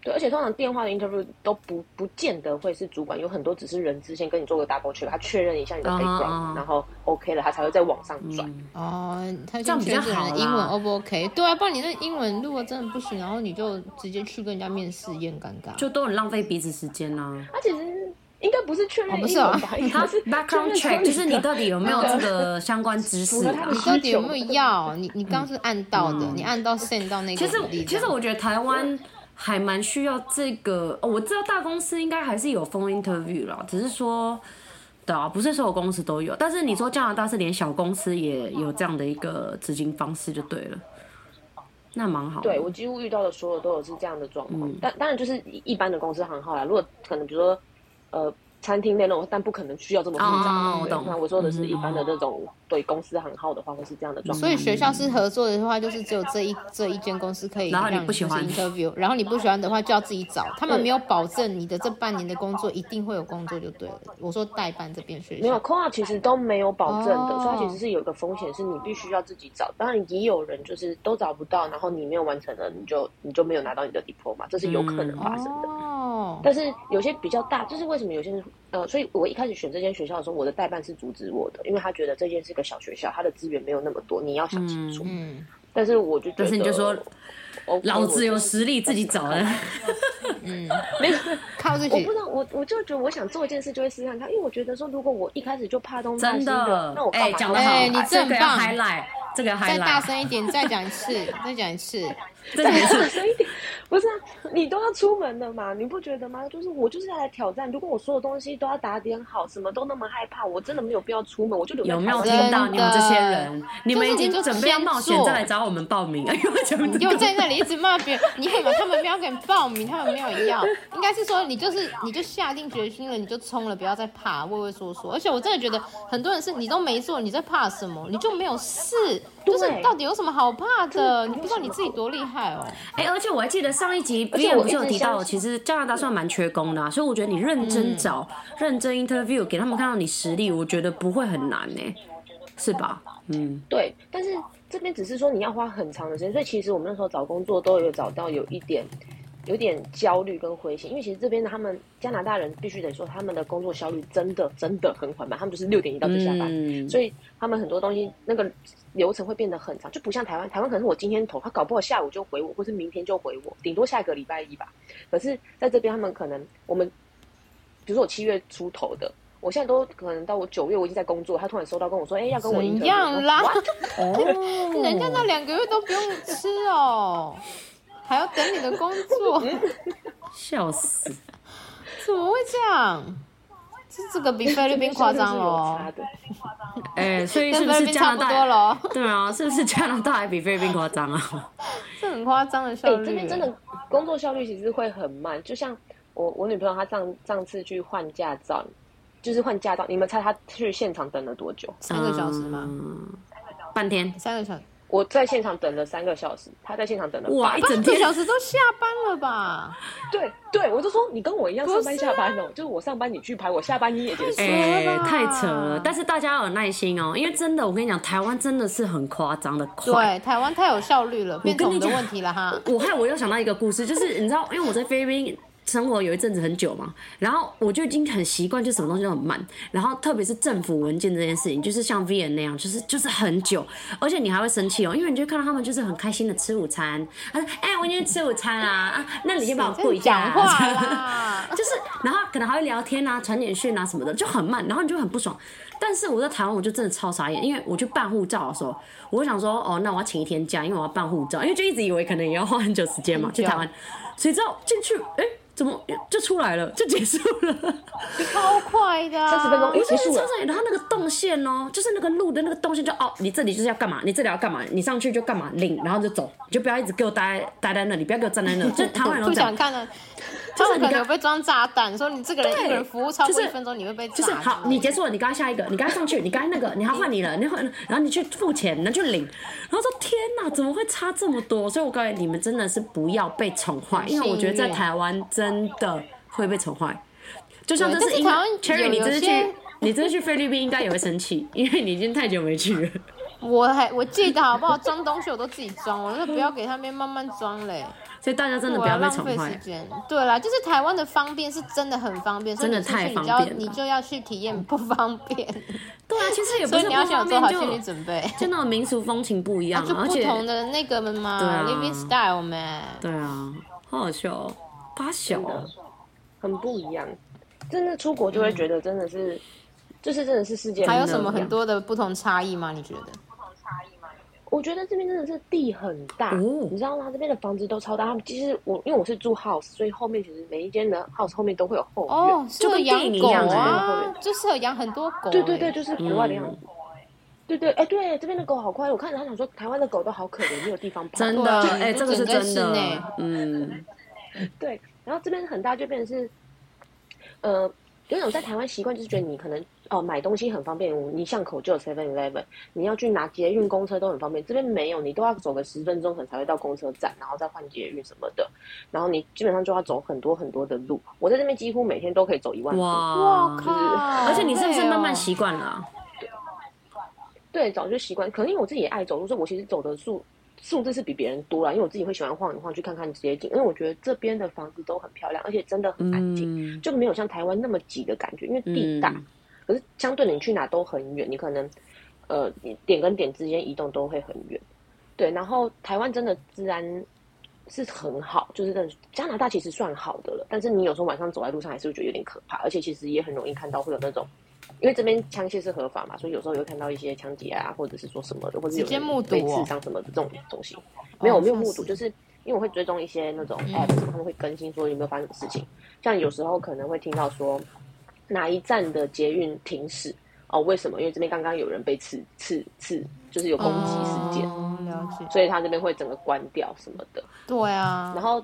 Speaker 4: 对，而且通常电话的 interview 都不不见得会是主管，有很多只是人之间跟你做个 double check，他确认一下你的
Speaker 3: 啊嗯
Speaker 4: background，、
Speaker 3: 啊
Speaker 4: 然后 OK 了，他才会再往上转。
Speaker 2: 哦，他
Speaker 3: 这样
Speaker 2: 就
Speaker 3: 比
Speaker 2: 觉
Speaker 3: 较
Speaker 2: 得这个
Speaker 3: 好啦
Speaker 2: 人英文 O 不 OK？对啊，不然你那英文如果真的不行，然后你就直接去跟人家面试，也很尴尬。
Speaker 3: 就都很浪费彼此时间啊呐、
Speaker 4: 他其实应该不是确认
Speaker 2: 哦
Speaker 4: 英
Speaker 2: 不
Speaker 4: 文
Speaker 2: 是哦
Speaker 4: 吧，应 该
Speaker 3: 他
Speaker 4: 是
Speaker 3: background check 就是你到底有没有这个相关知识
Speaker 4: 符合他
Speaker 3: 啊
Speaker 4: 的？
Speaker 2: 你到底有没有要？你你刚是按到的，你按到 send 到那个
Speaker 3: 嗯其实
Speaker 2: 履历这
Speaker 3: 其
Speaker 2: 样
Speaker 3: 实我觉得台湾还蛮需要这个、哦我知道大公司应该还是有 phone interview 啦，只是说。对啊，不是所有公司都有，但是你说加拿大是连小公司也有这样的一个执行方式就对了，那蛮好的。
Speaker 4: 对我几乎遇到的所有都有是这样的状
Speaker 2: 嗯
Speaker 4: 况，但当然就是一一般的公司行号啦。如果可能，比如说呃餐厅类那种，但不可能需要这么复杂。
Speaker 3: 哦
Speaker 4: 对
Speaker 3: 我懂
Speaker 4: 那我说的是一般的这种对公司行号的话，会是这样的
Speaker 2: 嗯
Speaker 4: 状
Speaker 2: 哦所
Speaker 4: 况。
Speaker 2: 以学校是合作的话，就是只有这一这一间公司可以
Speaker 3: 然后
Speaker 2: 让
Speaker 3: 你不喜
Speaker 2: 就是
Speaker 3: 欢
Speaker 2: interview，然后你不喜欢的话就要自己找，他们没有保证你的这半年的工作一定会有工作就对了。我说代办这边学
Speaker 4: 没有
Speaker 2: 校，
Speaker 4: c o 其实都没有保证的，
Speaker 2: 哦
Speaker 4: 所以它其实是有一个风险，是你必须要自己找。当然也有人就是都找不到，然后你没有完成了，你就你就没有拿到你的 diploma，这是有可能发生的。
Speaker 2: 哦，
Speaker 4: 但是有些比较大，就是为什么有些人呃，所以我一开始选这间学校的时候，我的代办是阻止我的，因为他觉得这间是个小学校，他的资源没有那么多，你要想清楚。
Speaker 2: 嗯。
Speaker 4: 但是我就觉得，哦
Speaker 3: 但是你就说
Speaker 4: OK，
Speaker 3: 老子有
Speaker 4: 我
Speaker 3: 实力自己找的，
Speaker 2: 嗯，没靠自
Speaker 4: 我不
Speaker 2: 己
Speaker 4: 知。道，我我就觉得我想做一件事就会试看看，因为我觉得说，如果我一开始就怕东怕
Speaker 3: 真
Speaker 4: 西的
Speaker 3: 的，
Speaker 4: 那我，干
Speaker 3: 哎，
Speaker 4: 嘛
Speaker 3: 讲
Speaker 4: 要
Speaker 3: 的
Speaker 4: 做？
Speaker 3: 好，
Speaker 2: 哎你这
Speaker 3: 这
Speaker 2: 很
Speaker 3: 个要
Speaker 2: 棒
Speaker 3: highlight，这个要
Speaker 2: 再大
Speaker 3: highlight，
Speaker 2: 声一点，再讲一次，再讲一次。
Speaker 3: 这个也是
Speaker 4: 所以不是啊，你都要出门了嘛，你不觉得吗？就是我就是要来挑战，如果我所有东西都要打点好，什么都那么害怕，我真的没有必要出门，我就留在
Speaker 3: 有没有
Speaker 4: 台
Speaker 2: 真
Speaker 4: 湾
Speaker 3: 听到
Speaker 2: 的
Speaker 3: 你们这些人？你们已
Speaker 2: 就是你
Speaker 3: 经
Speaker 2: 就
Speaker 3: 准备要冒险
Speaker 2: 先做
Speaker 3: 再来找我们报名，哎呦，我讲
Speaker 2: 你又在那里一直骂别人，你很他们没有给你报名，他们没有要，应该是说你就是你就下定决心了，你就冲了，不要再怕，畏畏缩缩。而且我真的觉得很多人是你都没做，你在怕什么？你就没有试，就是
Speaker 4: 对
Speaker 2: 到底有什么好怕的？你不知道
Speaker 4: 有什么
Speaker 2: 你自己多厉害哦。
Speaker 3: 哎、而且我还记得上一集 B
Speaker 4: 而且
Speaker 3: M
Speaker 4: 我
Speaker 3: 不是有
Speaker 4: 一直
Speaker 3: 提到，
Speaker 4: 相
Speaker 3: 其
Speaker 4: 信
Speaker 3: 实加拿大算蛮缺工的、啊，所以我觉得你认真
Speaker 2: 嗯
Speaker 3: 找、认真 interview，给他们看到你实力，我觉得不会很难呢、是吧？嗯，
Speaker 4: 对，但是这边只是说你要花很长的时间，所以其实我们那时候找工作都有找到有一点。有点焦虑跟灰心，因为其实这边的他们加拿大人必须得说，他们的工作效率真的真的很缓慢，他们就是六点一到就下班，
Speaker 3: 嗯
Speaker 4: 所以他们很多东西那个流程会变得很长，就不像台湾，台湾可能是我今天投，他搞不好下午就回我，或是明天就回我，顶多下个礼拜一吧。可是在这边，他们可能我们，比如说我七月出头的，我现在都可能到我九月我已经在工作，他突然收到跟我说，哎、要跟我
Speaker 2: 怎样啦？
Speaker 3: 哦
Speaker 2: 人家那两个月都不用吃哦，还要等你的工作，
Speaker 3: 笑死，
Speaker 2: 怎么会这样？这这个比菲律宾夸张哦
Speaker 4: 哦。，这边效率是有差的
Speaker 3: 哎、所以
Speaker 2: 跟
Speaker 3: 是不
Speaker 2: 菲律
Speaker 3: 是
Speaker 2: 宾
Speaker 3: 加
Speaker 2: 差
Speaker 3: 拿
Speaker 2: 不多
Speaker 3: 大？
Speaker 2: 了，
Speaker 3: 对啊，是不是加拿大还比菲律宾夸张啊？
Speaker 2: 这很夸张的
Speaker 4: 哎、
Speaker 2: 效率。
Speaker 4: 这边真的工作效率其实会很慢，就像我我女朋友她上上次去换驾照，就是换驾照，你们猜她去现场等了多久？
Speaker 2: 三个小时吗？
Speaker 3: 嗯半天，
Speaker 2: 三个小时，
Speaker 4: 我在现场等了三个小时，她在现场等了
Speaker 3: 哇，
Speaker 4: 八
Speaker 3: 一
Speaker 4: 个
Speaker 3: 整
Speaker 2: 一个
Speaker 3: 天，
Speaker 2: 小时都下班了吧？
Speaker 4: 对对，我就说你跟我一样
Speaker 2: 不
Speaker 4: 上班
Speaker 2: 是
Speaker 4: 下班哦，就是我上班你去拍，我下班你也
Speaker 2: 啊
Speaker 4: 结束。
Speaker 3: 哎、
Speaker 2: 了吧
Speaker 3: 太扯了！但是大家要有耐心哦，因为真的，我跟你讲，台湾真的是很夸张的快，
Speaker 2: 对，台湾太有效率了，变成我们的问题了哈。
Speaker 3: 我还有我又想到一个故事，就是你知道，因为我在菲律宾生活有一阵子很久嘛，然后我就已经很习惯，就什么东西都很慢，然后特别是政府文件这件事情，就是像 V N 那样，就是就是很久，而且你还会生气哦，因为你就看到他们就是很开心的吃午餐，他说：“哎、我今天吃午餐啦，啊，那你先帮我
Speaker 2: 在
Speaker 3: 过一下啊。
Speaker 2: 讲话 啦，
Speaker 3: 就是，然后可能还会聊天啊、传简讯啊什么的，就很慢，然后你就很不爽。但是我在台湾，我就真的超傻眼，因为我去办护照的时候，我想说，哦，那我要请一天假，因为我要办护照，因为就一直以为可能也要花很久时间嘛，
Speaker 2: 很久
Speaker 3: 去台湾，谁知道进去，哎、怎么就出来了，就结束 了？
Speaker 2: 超快的啊，
Speaker 4: 30分钟
Speaker 3: 我
Speaker 4: 哎
Speaker 3: 真
Speaker 4: 结
Speaker 3: 的
Speaker 4: 束
Speaker 3: 超
Speaker 4: 了
Speaker 3: 傻眼。然后那个动线哦，就是那个路的那个动线就，哦，你这里就是要干嘛，你这里要干嘛，你上去就干嘛领，然后就走，你就不要一直给我待待在那里，不要给我站在 那里，就是台湾人都
Speaker 2: 不
Speaker 3: 这样
Speaker 2: 想。看了。他们可能有被装炸弹，说你这个人
Speaker 3: 对
Speaker 2: 一个人服务超
Speaker 3: 就
Speaker 2: 过
Speaker 3: 是
Speaker 2: 一分钟，你会被炸。
Speaker 3: 就是好，你结束了，你刚下一个，你刚上去，你刚那个，你还换你了，你换，然后你去付钱，然后去领，然后说天哪，怎么会差这么多？所以我告诉你们，真的是不要被宠坏，因为我觉得在台湾真的会被宠坏。就像这
Speaker 2: 对但是
Speaker 3: 因为
Speaker 2: 台湾
Speaker 3: Cherry，
Speaker 2: 有
Speaker 3: 你这次
Speaker 2: 有
Speaker 3: 去
Speaker 2: 些，
Speaker 3: 你这次去菲律宾应该也会生气，因为你已经太久没去了。
Speaker 2: 我还我记得好不好？装东西我都自己装，我就不要给他们慢慢装嘞。
Speaker 3: 所以大家真的
Speaker 2: 我
Speaker 3: 不
Speaker 2: 要
Speaker 3: 要被
Speaker 2: 啊浪
Speaker 3: 宠
Speaker 2: 费时
Speaker 3: 坏。
Speaker 2: 间。对啦，就是台湾的方便是真的很方便，所
Speaker 3: 真
Speaker 2: 以
Speaker 3: 的
Speaker 2: 你出去
Speaker 3: 太方
Speaker 2: 你就要
Speaker 3: 便了
Speaker 2: 你就要去体验不方便，
Speaker 3: 对啊，其 实也不
Speaker 2: 所以
Speaker 3: 是
Speaker 2: 你要
Speaker 3: 不
Speaker 2: 先有
Speaker 3: 方
Speaker 2: 做
Speaker 3: 便
Speaker 2: 好
Speaker 3: 就
Speaker 2: 心理 准备。
Speaker 3: 就那种民俗风情不一样，
Speaker 2: 就
Speaker 3: 而
Speaker 2: 不
Speaker 3: 且
Speaker 2: 同的那个们嘛、
Speaker 3: 对啊
Speaker 2: l i v i n g style 嘛，
Speaker 3: 对啊，好好笑哦，八小哦。
Speaker 4: 很不一样。真的出国就会觉得真的是，就是真的是世界。
Speaker 3: 啊
Speaker 2: 还有什么很？多的不同差异吗？你觉得？
Speaker 4: 我觉得这边真的是地很大，
Speaker 3: 哦
Speaker 4: 你知道吗？这边的房子都超大。他们其实我因为我是住 house，所以后面其实每一间的 house 后面都会有后院。
Speaker 2: 哦，适
Speaker 3: 就
Speaker 2: 合
Speaker 3: 跟
Speaker 2: 养
Speaker 3: 电影一
Speaker 2: 狗
Speaker 3: 样
Speaker 2: 啊
Speaker 4: 哎，
Speaker 2: 就适合养很多狗、
Speaker 4: 对对对，
Speaker 2: 哎，
Speaker 4: 就是国外的
Speaker 3: 嗯
Speaker 4: 样子。对对，哎、对，这边的狗好快，我看着他想说，台湾的狗都好可怜，没有地方跑。
Speaker 3: 真
Speaker 2: 对
Speaker 3: 的，
Speaker 2: 啊
Speaker 3: 哎、
Speaker 2: 就
Speaker 3: 这个是
Speaker 2: 整个
Speaker 3: 真
Speaker 2: 室内
Speaker 3: 的，嗯，
Speaker 4: 对，然后这边很大就变成是，呃，有种在台湾习惯就是觉得你可能哦买东西很方便，你巷口就有 Seven Eleven，你要去拿捷运、公车都很方便。这边没有，你都要走个十分钟可能才会到公车站，然后再换捷运什么的，然后你基本上就要走很多很多的路。我在这边几乎每天都可以走一万步。
Speaker 3: 哇
Speaker 2: 哇，靠！
Speaker 3: 而且你哦是不是
Speaker 2: 对哦
Speaker 3: 慢慢习惯了啊、
Speaker 4: 对，早就习惯。可能因为我自己也爱走路，所以我其实走的速速度是比别人多了，因为我自己会喜欢晃一晃去看看街景，因为我觉得这边的房子都很漂亮，而且真的很安静，
Speaker 3: 嗯
Speaker 4: 就没有像台湾那么挤的感觉，因为地大。
Speaker 3: 嗯
Speaker 4: 可是相对的，你去哪都很远，你可能呃点跟点之间移动都会很远。对，然后台湾真的治安是很好，就是但加拿大其实算好的了，但是你有时候晚上走在路上还是会觉得有点可怕，而且其实也很容易看到会有那种，因为这边枪械是合法嘛，所以有时候也会看到一些枪击啊，或者是说什么的，或者是有
Speaker 2: 直接
Speaker 4: 人
Speaker 2: 目睹
Speaker 4: 被
Speaker 2: 哦
Speaker 4: 刺伤什么的这种东西。没有，我没有
Speaker 2: 像
Speaker 4: 目
Speaker 2: 是
Speaker 4: 睹，
Speaker 2: 嗯
Speaker 4: 就是因为我会追踪一些那种 app，、他们会更新说有没有发生什么事情。像有时候可能会听到说哪一站的捷运停驶哦，为什么？因为这边刚刚有人被刺刺刺，就是有攻击事件，
Speaker 2: 哦，了解。
Speaker 4: 所以他那边会整个关掉什么的。
Speaker 2: 对啊，
Speaker 4: 然后，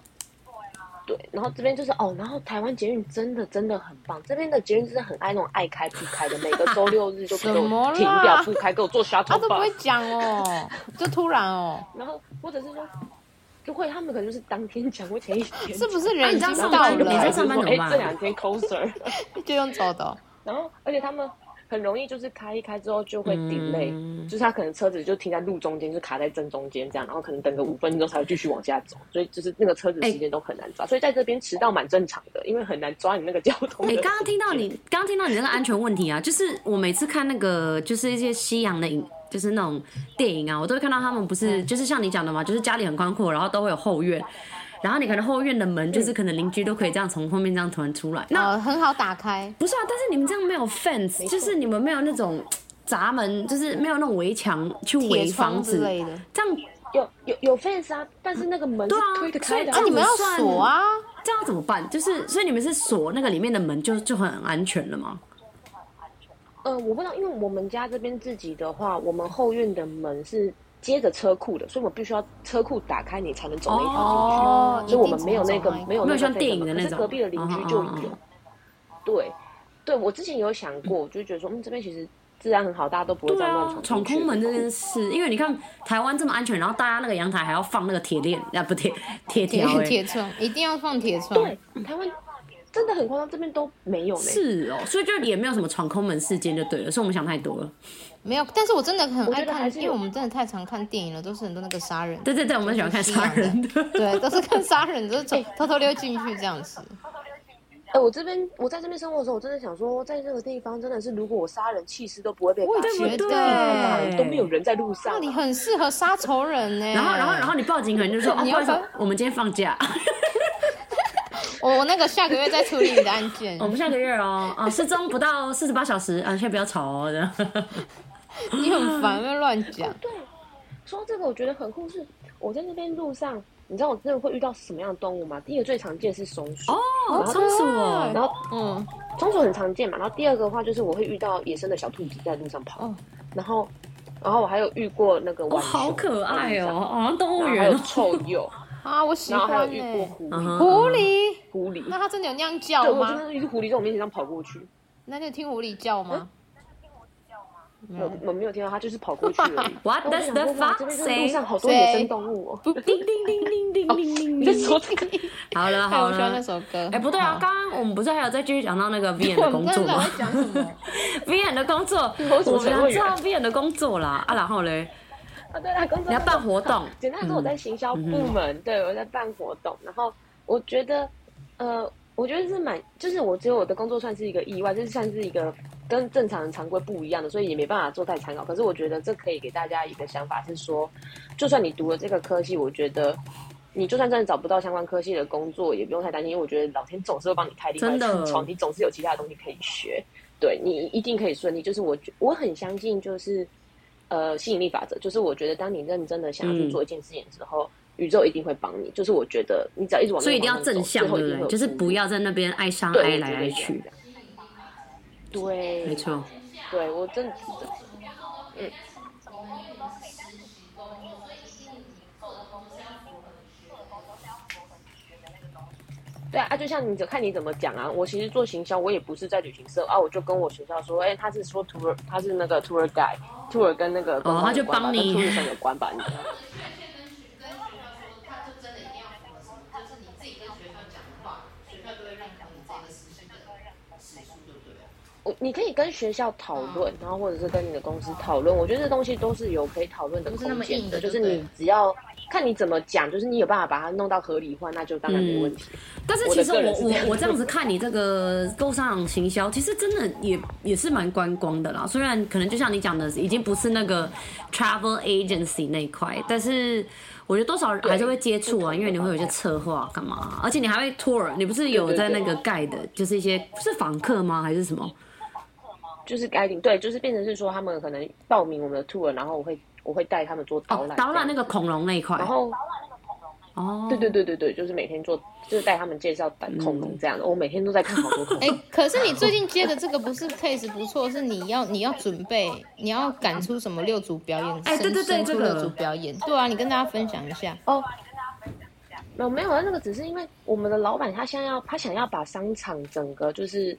Speaker 4: 对，然后这边就是哦，然后台湾捷运真的真的很棒，这边的捷运真的很爱那种爱开不开的，每个周六日就给
Speaker 2: 什么
Speaker 4: 我
Speaker 2: 啦
Speaker 4: 停掉不开，给我做 shuttle
Speaker 2: 他啊都不
Speaker 4: bus
Speaker 2: 会讲哦，就突然哦，
Speaker 4: 然后或者是说，就会他们可能就是当天讲或前一天
Speaker 2: 是
Speaker 4: 讲，
Speaker 2: 不是
Speaker 3: 啊
Speaker 2: 人
Speaker 3: 你
Speaker 2: 已
Speaker 3: 知道
Speaker 2: 经
Speaker 3: 上
Speaker 2: 到
Speaker 3: 班你
Speaker 4: 还
Speaker 3: 在
Speaker 2: 了
Speaker 4: 是
Speaker 3: 上班怎
Speaker 4: 说
Speaker 3: 么
Speaker 4: 哎
Speaker 3: 办
Speaker 4: 这两 天 closer，
Speaker 2: 就用走的哦？
Speaker 4: 然后而且他们。很容易就是开一开之后就会 delay，、
Speaker 3: 嗯
Speaker 4: 就是他可能车子就停在路中间，就卡在正中间这样，然后可能等个五分钟才会继续往下走，所以就是那个车子时间都很难抓，所以在这边迟到蛮正常的，因为很难抓你那个交通的
Speaker 3: 哎、
Speaker 4: 时间。
Speaker 3: 刚刚听到你，刚刚听到你那个安全问题啊，就是我每次看那个，就是一些西洋的影，就是那种电影啊，我都会看到他们不
Speaker 2: 嗯
Speaker 3: 是，就是像你讲的嘛，就是家里很宽阔，然后都会有后院，然后你可能后院的门就是
Speaker 2: 嗯
Speaker 3: 可能邻居都可以这样从后面这样突然出来，那
Speaker 2: 呃，很好打开，
Speaker 3: 不是啊，但是你们这样没有 fence，就是你们没有那种闸门，就是没有那种围墙去
Speaker 2: 铁
Speaker 3: 围
Speaker 2: 窗
Speaker 3: 房
Speaker 2: 之
Speaker 3: 子，
Speaker 2: 类的，
Speaker 3: 这样
Speaker 4: 有有有 fans 啊，但是那个门是
Speaker 3: 对啊
Speaker 4: 推得开的、
Speaker 3: 所以
Speaker 2: 啊，你们要
Speaker 3: 这样
Speaker 2: 锁啊，
Speaker 3: 这样怎么办？就是所以你们是锁那个里面的门就就很安全了吗？
Speaker 4: 呃，我不知道，因为我们家这边自己的话，我们后院的门是接着车库的，所以我们必须要车库打开你才能走那一条进去。
Speaker 2: 哦，
Speaker 4: 所以我们没有那个
Speaker 2: 一定
Speaker 4: 没
Speaker 3: 没有
Speaker 4: 有那个
Speaker 3: 像
Speaker 4: 费
Speaker 3: 电
Speaker 4: 什么
Speaker 3: 影的
Speaker 4: 可
Speaker 3: 那
Speaker 4: 是
Speaker 3: 种
Speaker 4: 隔壁的邻居就有。
Speaker 3: 嗯嗯嗯嗯
Speaker 4: 对，对我之前有想过，我就觉得说，嗯，这边其实治安很好，大家都不会
Speaker 3: 对
Speaker 4: 这样
Speaker 3: 啊
Speaker 4: 乱，
Speaker 3: 闯
Speaker 4: 进去
Speaker 3: 空门这件事，因为你看台湾这么安全，然后大家那个阳台还要放那个铁链啊，不铁铁条、
Speaker 2: 铁
Speaker 3: 欸，
Speaker 2: 铁窗一定要放铁窗，
Speaker 4: 对，台湾真的很夸张，这边都没有呢。
Speaker 3: 是哦，所以就也没有什么闯空门事件就对了，所以我们想太多了。
Speaker 2: 没有，但是我真的很
Speaker 4: 我觉
Speaker 2: 爱
Speaker 4: 得还
Speaker 2: 看，
Speaker 4: 是
Speaker 2: 因
Speaker 4: 有
Speaker 2: 为我们真的太常看电影了，都是很多那个杀人，
Speaker 3: 对对对，我们喜欢看杀人的，
Speaker 2: 对，都是啊看杀人，就是偷偷偷溜进去这样子，
Speaker 4: 哎、我这边我在这边生活的时候，我真的想说，在这个地方真的是，如果我杀人弃尸都不会被
Speaker 2: 我
Speaker 4: 发
Speaker 2: 也
Speaker 4: 现，
Speaker 2: 觉
Speaker 3: 对不
Speaker 4: 都没有
Speaker 3: 对？
Speaker 4: 人在路上啊
Speaker 2: 那。你很适合杀仇人呢。
Speaker 3: 然后然后然后你报警可能就说，哦，
Speaker 2: 你
Speaker 3: 不
Speaker 2: 要
Speaker 3: 好意思
Speaker 2: 把，
Speaker 3: 我们今天放假，
Speaker 2: 我我那个下个月再处理你的案件
Speaker 3: 我，们下个月哦，啊，失踪不到四十八小时，啊，先不要吵哦，这样。
Speaker 2: 你很烦，不要乱讲。
Speaker 4: 说到这个，我觉得很酷是，我在那边路上，你知道我真的会遇到什么样的动物吗？第一个最常见是松鼠，
Speaker 3: 哦，松鼠哦，
Speaker 4: 然后
Speaker 2: 嗯，
Speaker 4: 松鼠很常见嘛，然后第二个的话就是我会遇到野生的小兔子在路上跑，
Speaker 2: 哦
Speaker 4: 然后，然后我还有遇过那个
Speaker 3: 哦，
Speaker 4: 浣熊，
Speaker 3: 好可爱哦，，好像动物
Speaker 4: 然后还
Speaker 3: 园
Speaker 4: 有
Speaker 3: 哦。
Speaker 4: 臭 鼬，
Speaker 2: 啊，我喜
Speaker 4: 然后还有
Speaker 2: 欢
Speaker 4: 遇
Speaker 2: 呢、
Speaker 4: 过狐
Speaker 3: 嗯
Speaker 4: 狸，
Speaker 3: 哼
Speaker 2: 狐狸，
Speaker 4: 狐狸，
Speaker 2: 那
Speaker 4: 对，
Speaker 2: 它真的有那样叫
Speaker 4: 我真
Speaker 2: 吗？
Speaker 4: 的遇狐狸在我面前这样跑过去，
Speaker 2: 那你有听狐狸叫吗？
Speaker 4: 我我没有听到它就是跑过去而 已。
Speaker 3: What
Speaker 4: 然后我
Speaker 3: does 嗯
Speaker 4: 就
Speaker 3: the
Speaker 4: 想说，哇
Speaker 3: fox
Speaker 4: 这边真的
Speaker 3: say？
Speaker 4: 路上好多野生动物 哦。
Speaker 3: 叮叮叮叮叮叮
Speaker 4: 你
Speaker 3: 叮
Speaker 4: 在
Speaker 3: 叮。
Speaker 4: 说哦这个？
Speaker 3: 好了
Speaker 2: 哎，
Speaker 3: 好
Speaker 2: 我喜欢那
Speaker 3: 了。
Speaker 2: 首歌。
Speaker 3: 哎，不对啊
Speaker 2: 好，
Speaker 3: 刚刚我们不是还有再继续讲到那个 Vian
Speaker 2: 我
Speaker 3: 的
Speaker 2: 们
Speaker 3: 工
Speaker 2: 真
Speaker 3: 作
Speaker 2: 的
Speaker 3: 吗
Speaker 2: 在讲什么？
Speaker 3: ？Vian 的工作，
Speaker 4: 为什
Speaker 3: 我们
Speaker 4: 么陈
Speaker 3: 要
Speaker 4: 慧
Speaker 3: 知
Speaker 4: 远
Speaker 3: 道 Vian 的工作啦。啊，然后嘞，
Speaker 4: 啊，对啊，工作
Speaker 3: 你要办活动， 嗯
Speaker 4: 简单来说，我在行销部门，对我在办活动，然后我觉得，呃，我觉得是蛮，就是我觉得我的工作算是一个意外，就是算是一个跟正常人常规不一样的，所以也没办法做太参考。可是我觉得这可以给大家一个想法，是说，就算你读了这个科系，我觉得。你就算真的找不到相关科系的工作，也不用太担心，因为我觉得老天总是会帮你开另外
Speaker 3: 真
Speaker 4: 一
Speaker 3: 的
Speaker 4: 扇窗，你总是有其他的东西可以学，对你一定可以顺利。就是我觉我很相信，就是呃吸引力法则，就是我觉得当你认真的想要去
Speaker 3: 嗯
Speaker 4: 做一件事情的时候，宇宙一定会帮你。就是我觉得你只要一直往那个
Speaker 3: 所以一定要
Speaker 4: 方向
Speaker 3: 正
Speaker 4: 走
Speaker 3: 向，
Speaker 4: 最后
Speaker 3: 对
Speaker 4: 一
Speaker 3: 不
Speaker 4: 定会
Speaker 3: 对？
Speaker 4: 有
Speaker 3: 就是
Speaker 4: 出
Speaker 3: 不
Speaker 4: 路
Speaker 3: 要在那边爱上
Speaker 4: 对
Speaker 3: 爱
Speaker 4: 我
Speaker 3: 来
Speaker 4: 觉得
Speaker 3: 来
Speaker 4: 一定要
Speaker 3: 去
Speaker 4: 这，样对，
Speaker 3: 没错。
Speaker 4: 对我真的对啊，啊就像你怎看你怎么讲啊。我其实做行销，我也不是在旅行社啊，我就跟我学校说，哎、他是说 tour，他是那个 tour guide，tour 跟那个观
Speaker 3: 哦
Speaker 4: 光
Speaker 3: 他就
Speaker 4: 有关吧
Speaker 3: 帮你
Speaker 4: 跟 tourism 有关吧，你知道吗我嗯你可以跟学校讨论，然后或者是跟你的公司讨论，我觉得这东西都是有可以讨论的
Speaker 2: 不是那
Speaker 4: 空
Speaker 2: 么
Speaker 4: 间
Speaker 2: 硬的
Speaker 4: 就
Speaker 2: 就是对
Speaker 4: 你
Speaker 2: 了
Speaker 4: 只要看你怎么讲，就是你有办法把它弄到合理化，那就当然没问题。
Speaker 3: 但是
Speaker 4: 我
Speaker 3: 其
Speaker 4: 的
Speaker 3: 实
Speaker 4: 个
Speaker 3: 我
Speaker 4: 人是
Speaker 3: 我
Speaker 4: 这样
Speaker 3: 我这样子看你这个工商行销，其实真的也也是蛮观光的啦。虽然可能就像你讲的，已经不是那个 travel agency 那一块，但是我觉得多少还是会接触啊，
Speaker 4: 对
Speaker 3: 因为你会有一些策划干嘛啊，而且你还会 tour，你不是有
Speaker 4: 对对
Speaker 3: 在那
Speaker 4: 对
Speaker 3: 个 guide，的就是一些是访客吗？还是什么？
Speaker 4: 就是该定对，就是变成是说他们可能报名我们的 tour，然后我会我会带他们做导
Speaker 3: 哦
Speaker 4: 览，，
Speaker 3: 导览那个恐龙那一块
Speaker 4: 然。后
Speaker 3: 哦，
Speaker 4: 对对对对对，就是每天做，就是带他们介绍恐龙这样的。我每天都在看好多恐
Speaker 2: 哎、
Speaker 4: 龙，
Speaker 2: 可是你最近接的这个不是 case 不错，是你要你要准备，你要赶出什么六组表演？
Speaker 3: 哎对对对
Speaker 2: 生生出
Speaker 3: 这个
Speaker 2: 六组表演，对啊，你跟大家分享一下。
Speaker 4: 没有没有，那个只是因为我们的老板他现在要他想要把商场整个就是。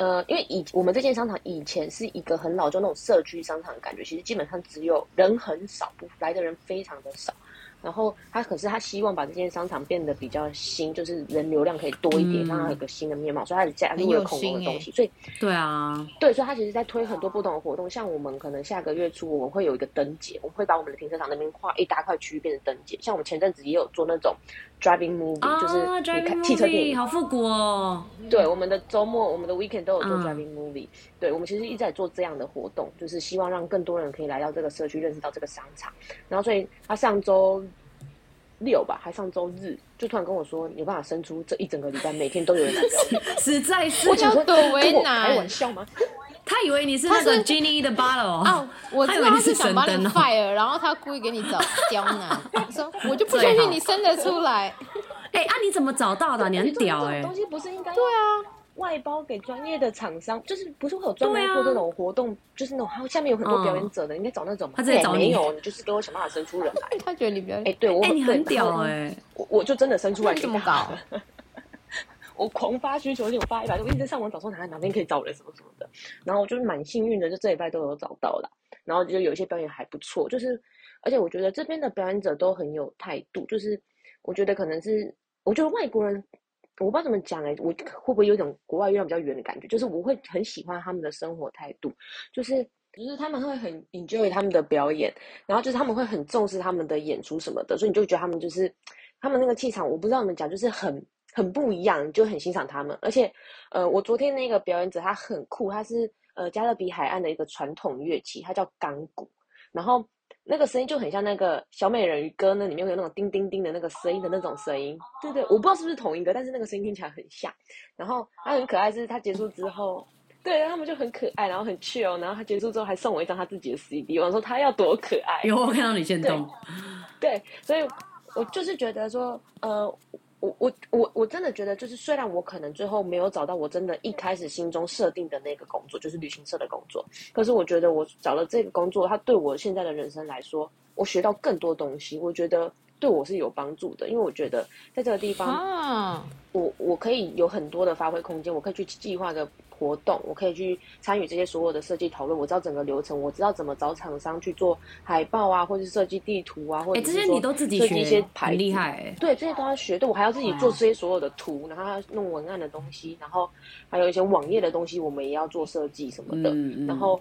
Speaker 4: 呃，因为以我们这间商场以前是一个很老旧那种社区商场的感觉，其实基本上只有人很少，不来的人非常的少。然后他可是他希望把这间商场变得比较新，就是人流量可以多一点，
Speaker 3: 嗯
Speaker 4: 让它有一个新的面貌，所以他加
Speaker 2: 很
Speaker 4: 入
Speaker 2: 有
Speaker 4: 了恐龙
Speaker 2: 心
Speaker 4: 的
Speaker 2: 欸
Speaker 4: 东西，所以
Speaker 3: 对啊，
Speaker 4: 对，所以它其实在推很多不同的活动，像我们可能下个月初我们会有一个灯节，我们会把我们的停车场那边划一大块区域变成灯节。像我们前阵子也有做那种 driving movie，、
Speaker 3: 啊
Speaker 4: 就是你
Speaker 3: ，driving
Speaker 4: 看汽车电
Speaker 3: movie
Speaker 4: 影。
Speaker 3: 好复古哦。
Speaker 4: 对，我们的周末、我们的 weekend 都有做
Speaker 3: 嗯
Speaker 4: driving movie、对，我们其实一直在做这样的活动，就是希望让更多人可以来到这个社区，认识到这个商场。然后，所以他上周六吧，还上周日，就突然跟我说，你有办法生出这一整个礼拜每天都有人来表 演。
Speaker 3: 实在是
Speaker 4: 我，想说，
Speaker 2: 多为
Speaker 4: 跟我
Speaker 2: 难
Speaker 4: 开玩笑吗？
Speaker 3: 他以为你是那
Speaker 2: 他
Speaker 3: 个
Speaker 2: 是
Speaker 3: genie 的 bottle
Speaker 2: 哦，我
Speaker 3: 他
Speaker 2: 知
Speaker 3: 以
Speaker 2: 道
Speaker 3: 为你
Speaker 2: 他
Speaker 3: 是
Speaker 2: 是想
Speaker 3: 神
Speaker 2: 把你
Speaker 3: 灯哦。
Speaker 2: fire，然后他故意给你找刁 难，说我就不相
Speaker 3: 最好
Speaker 2: 信你生得出来。
Speaker 3: 哎、啊，你怎么找到的、你很屌哎、
Speaker 4: 这种东西不是应该对啊，外包给专业的厂商，就是不是会有专门
Speaker 3: 对啊
Speaker 4: 做这种活动，就是那种还有下面有很多表演者的，应该找那种嘛。
Speaker 3: 他直接找你
Speaker 4: 哎没有，你就是给我想办法生出人来。
Speaker 2: 他觉得你比较
Speaker 4: 哎，对我
Speaker 3: 哎、你很屌哎、
Speaker 4: 对我我就真的生出来
Speaker 2: 那你怎么搞？
Speaker 4: 我狂发需求，信，我发一百多，我一直上网找说哪哪边可以找人什么什么的。然后我就是蛮幸运的，就这礼拜都有找到啦。然后就有一些表演还不错，就是而且我觉得这边的表演者都很有态度，就是我觉得可能是我觉得外国人。我不知道怎么讲哎、我会不会有一种国外月亮比较圆的感觉？就是我会很喜欢他们的生活态度，就是就是他们会很 enjoy 他们的表演，然后就是他们会很重视他们的演出什么的，所以你就觉得他们就是他们那个气场，我不知道怎么讲，就是很很不一样，你就很欣赏他们。而且，呃，我昨天那个表演者他很酷，他是呃加勒比海岸的一个传统乐器，它叫钢鼓，然后那个声音就很像那个小美人鱼歌那里面会有那种叮叮叮的那个声音的那种声音，对对，我不知道是不是同一个，但是那个声音听起来很像。然后他很可爱，是他结束之后。对，他们就很可爱，然后很 chill，然后他结束之后还送我一张他自己的 CD，我说他要多可爱。
Speaker 3: 有我看到你先动，
Speaker 4: 对，所以我就是觉得说，呃，我我我我真的觉得，就是虽然我可能最后没有找到我真的一开始心中设定的那个工作，就是旅行社的工作，可是我觉得我找了这个工作，它对我现在的人生来说，我学到更多东西，我觉得对我是有帮助的，因为我觉得在这个地方，
Speaker 2: 啊，
Speaker 4: 我我可以有很多的发挥空间，我可以去计划个活动，我可以去参与这些所有的设计讨论，我知道整个流程，我知道怎么找厂商去做海报啊，或是设计地图啊，或
Speaker 3: 哎、
Speaker 4: 者
Speaker 3: 这
Speaker 4: 是
Speaker 3: 些
Speaker 4: 说
Speaker 3: 你都自己
Speaker 4: 设计一些
Speaker 3: 学，
Speaker 4: 牌
Speaker 3: 很厉
Speaker 4: 子
Speaker 3: 害哎、
Speaker 4: 对，这些都要学。对我还要自己做这些所有的图，然后还要弄文案的东西，然后还有一些网页的东西，我们也要做设计什么的。
Speaker 3: 嗯嗯
Speaker 4: 然后，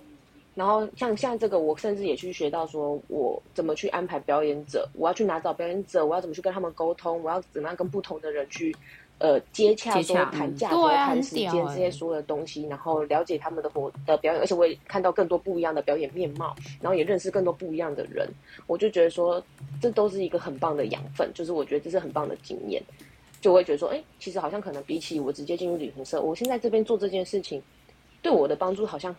Speaker 4: 然后像像这个，我甚至也去学到说我怎么去安排表演者，我要去哪找表演者，我要怎么去跟他们沟通，我要怎么样跟不同的人去。呃，接洽
Speaker 3: 接
Speaker 4: 说
Speaker 3: 洽
Speaker 4: 谈
Speaker 3: 嗯
Speaker 4: 价
Speaker 2: 对
Speaker 4: 格、
Speaker 2: 啊
Speaker 4: 谈
Speaker 2: 很
Speaker 4: 时间
Speaker 2: 屌
Speaker 4: 这
Speaker 2: 欸
Speaker 4: 些所有的东西，然后了解他们的活的表演，而且我也看到更多不一样的表演面貌，然后也认识更多不一样的人，我就觉得说这都是一个很棒的养分，就是我觉得这是很棒的经验，就我会觉得说，哎、其实好像可能比起我直接进入旅行社，我现在这边做这件事情，对我的帮助好像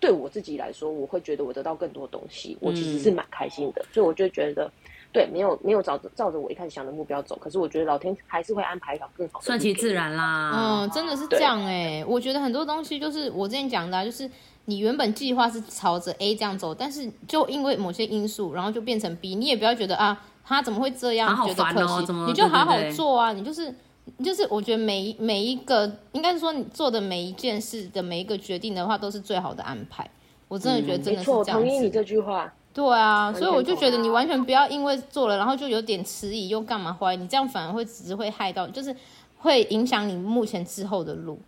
Speaker 4: 对我自己来说，我会觉得我得到更多东西，我其实
Speaker 2: 嗯
Speaker 4: 是蛮开心的，所以我就觉得。对，没有没有照着照着我一开始想的目标走，可是我觉得老天还是会安排一条更好的。
Speaker 3: 顺其自。然啦。
Speaker 2: 嗯，真的是这样哎、我觉得很多东西就是我之前讲的、啊，就是你原本计划是朝着 A 这样走，但是就因为某些因素，然后就变成 B。你也不要觉得啊，他怎么会这样，
Speaker 3: 啊好
Speaker 2: 觉得
Speaker 3: 烦
Speaker 2: 可
Speaker 3: 哦
Speaker 2: 惜，
Speaker 3: 怎么
Speaker 2: 你就好好
Speaker 3: 对对对
Speaker 2: 做啊，你就是。你就是我觉得每一每一个，应该是说你做的每一件事的每一个决定的话，都是最好的安排。我真的觉得真
Speaker 4: 嗯没
Speaker 2: 的是这
Speaker 4: 错，
Speaker 2: 样
Speaker 4: 我
Speaker 2: 子。
Speaker 4: 同意你这句话。
Speaker 2: 对啊，
Speaker 4: 全
Speaker 2: 所以我就觉得
Speaker 4: 懂
Speaker 2: 你完全不要因为做了，然后就有点迟疑又干嘛怀疑，你这样反而会只是会害到，就是会影响你目前之后的路。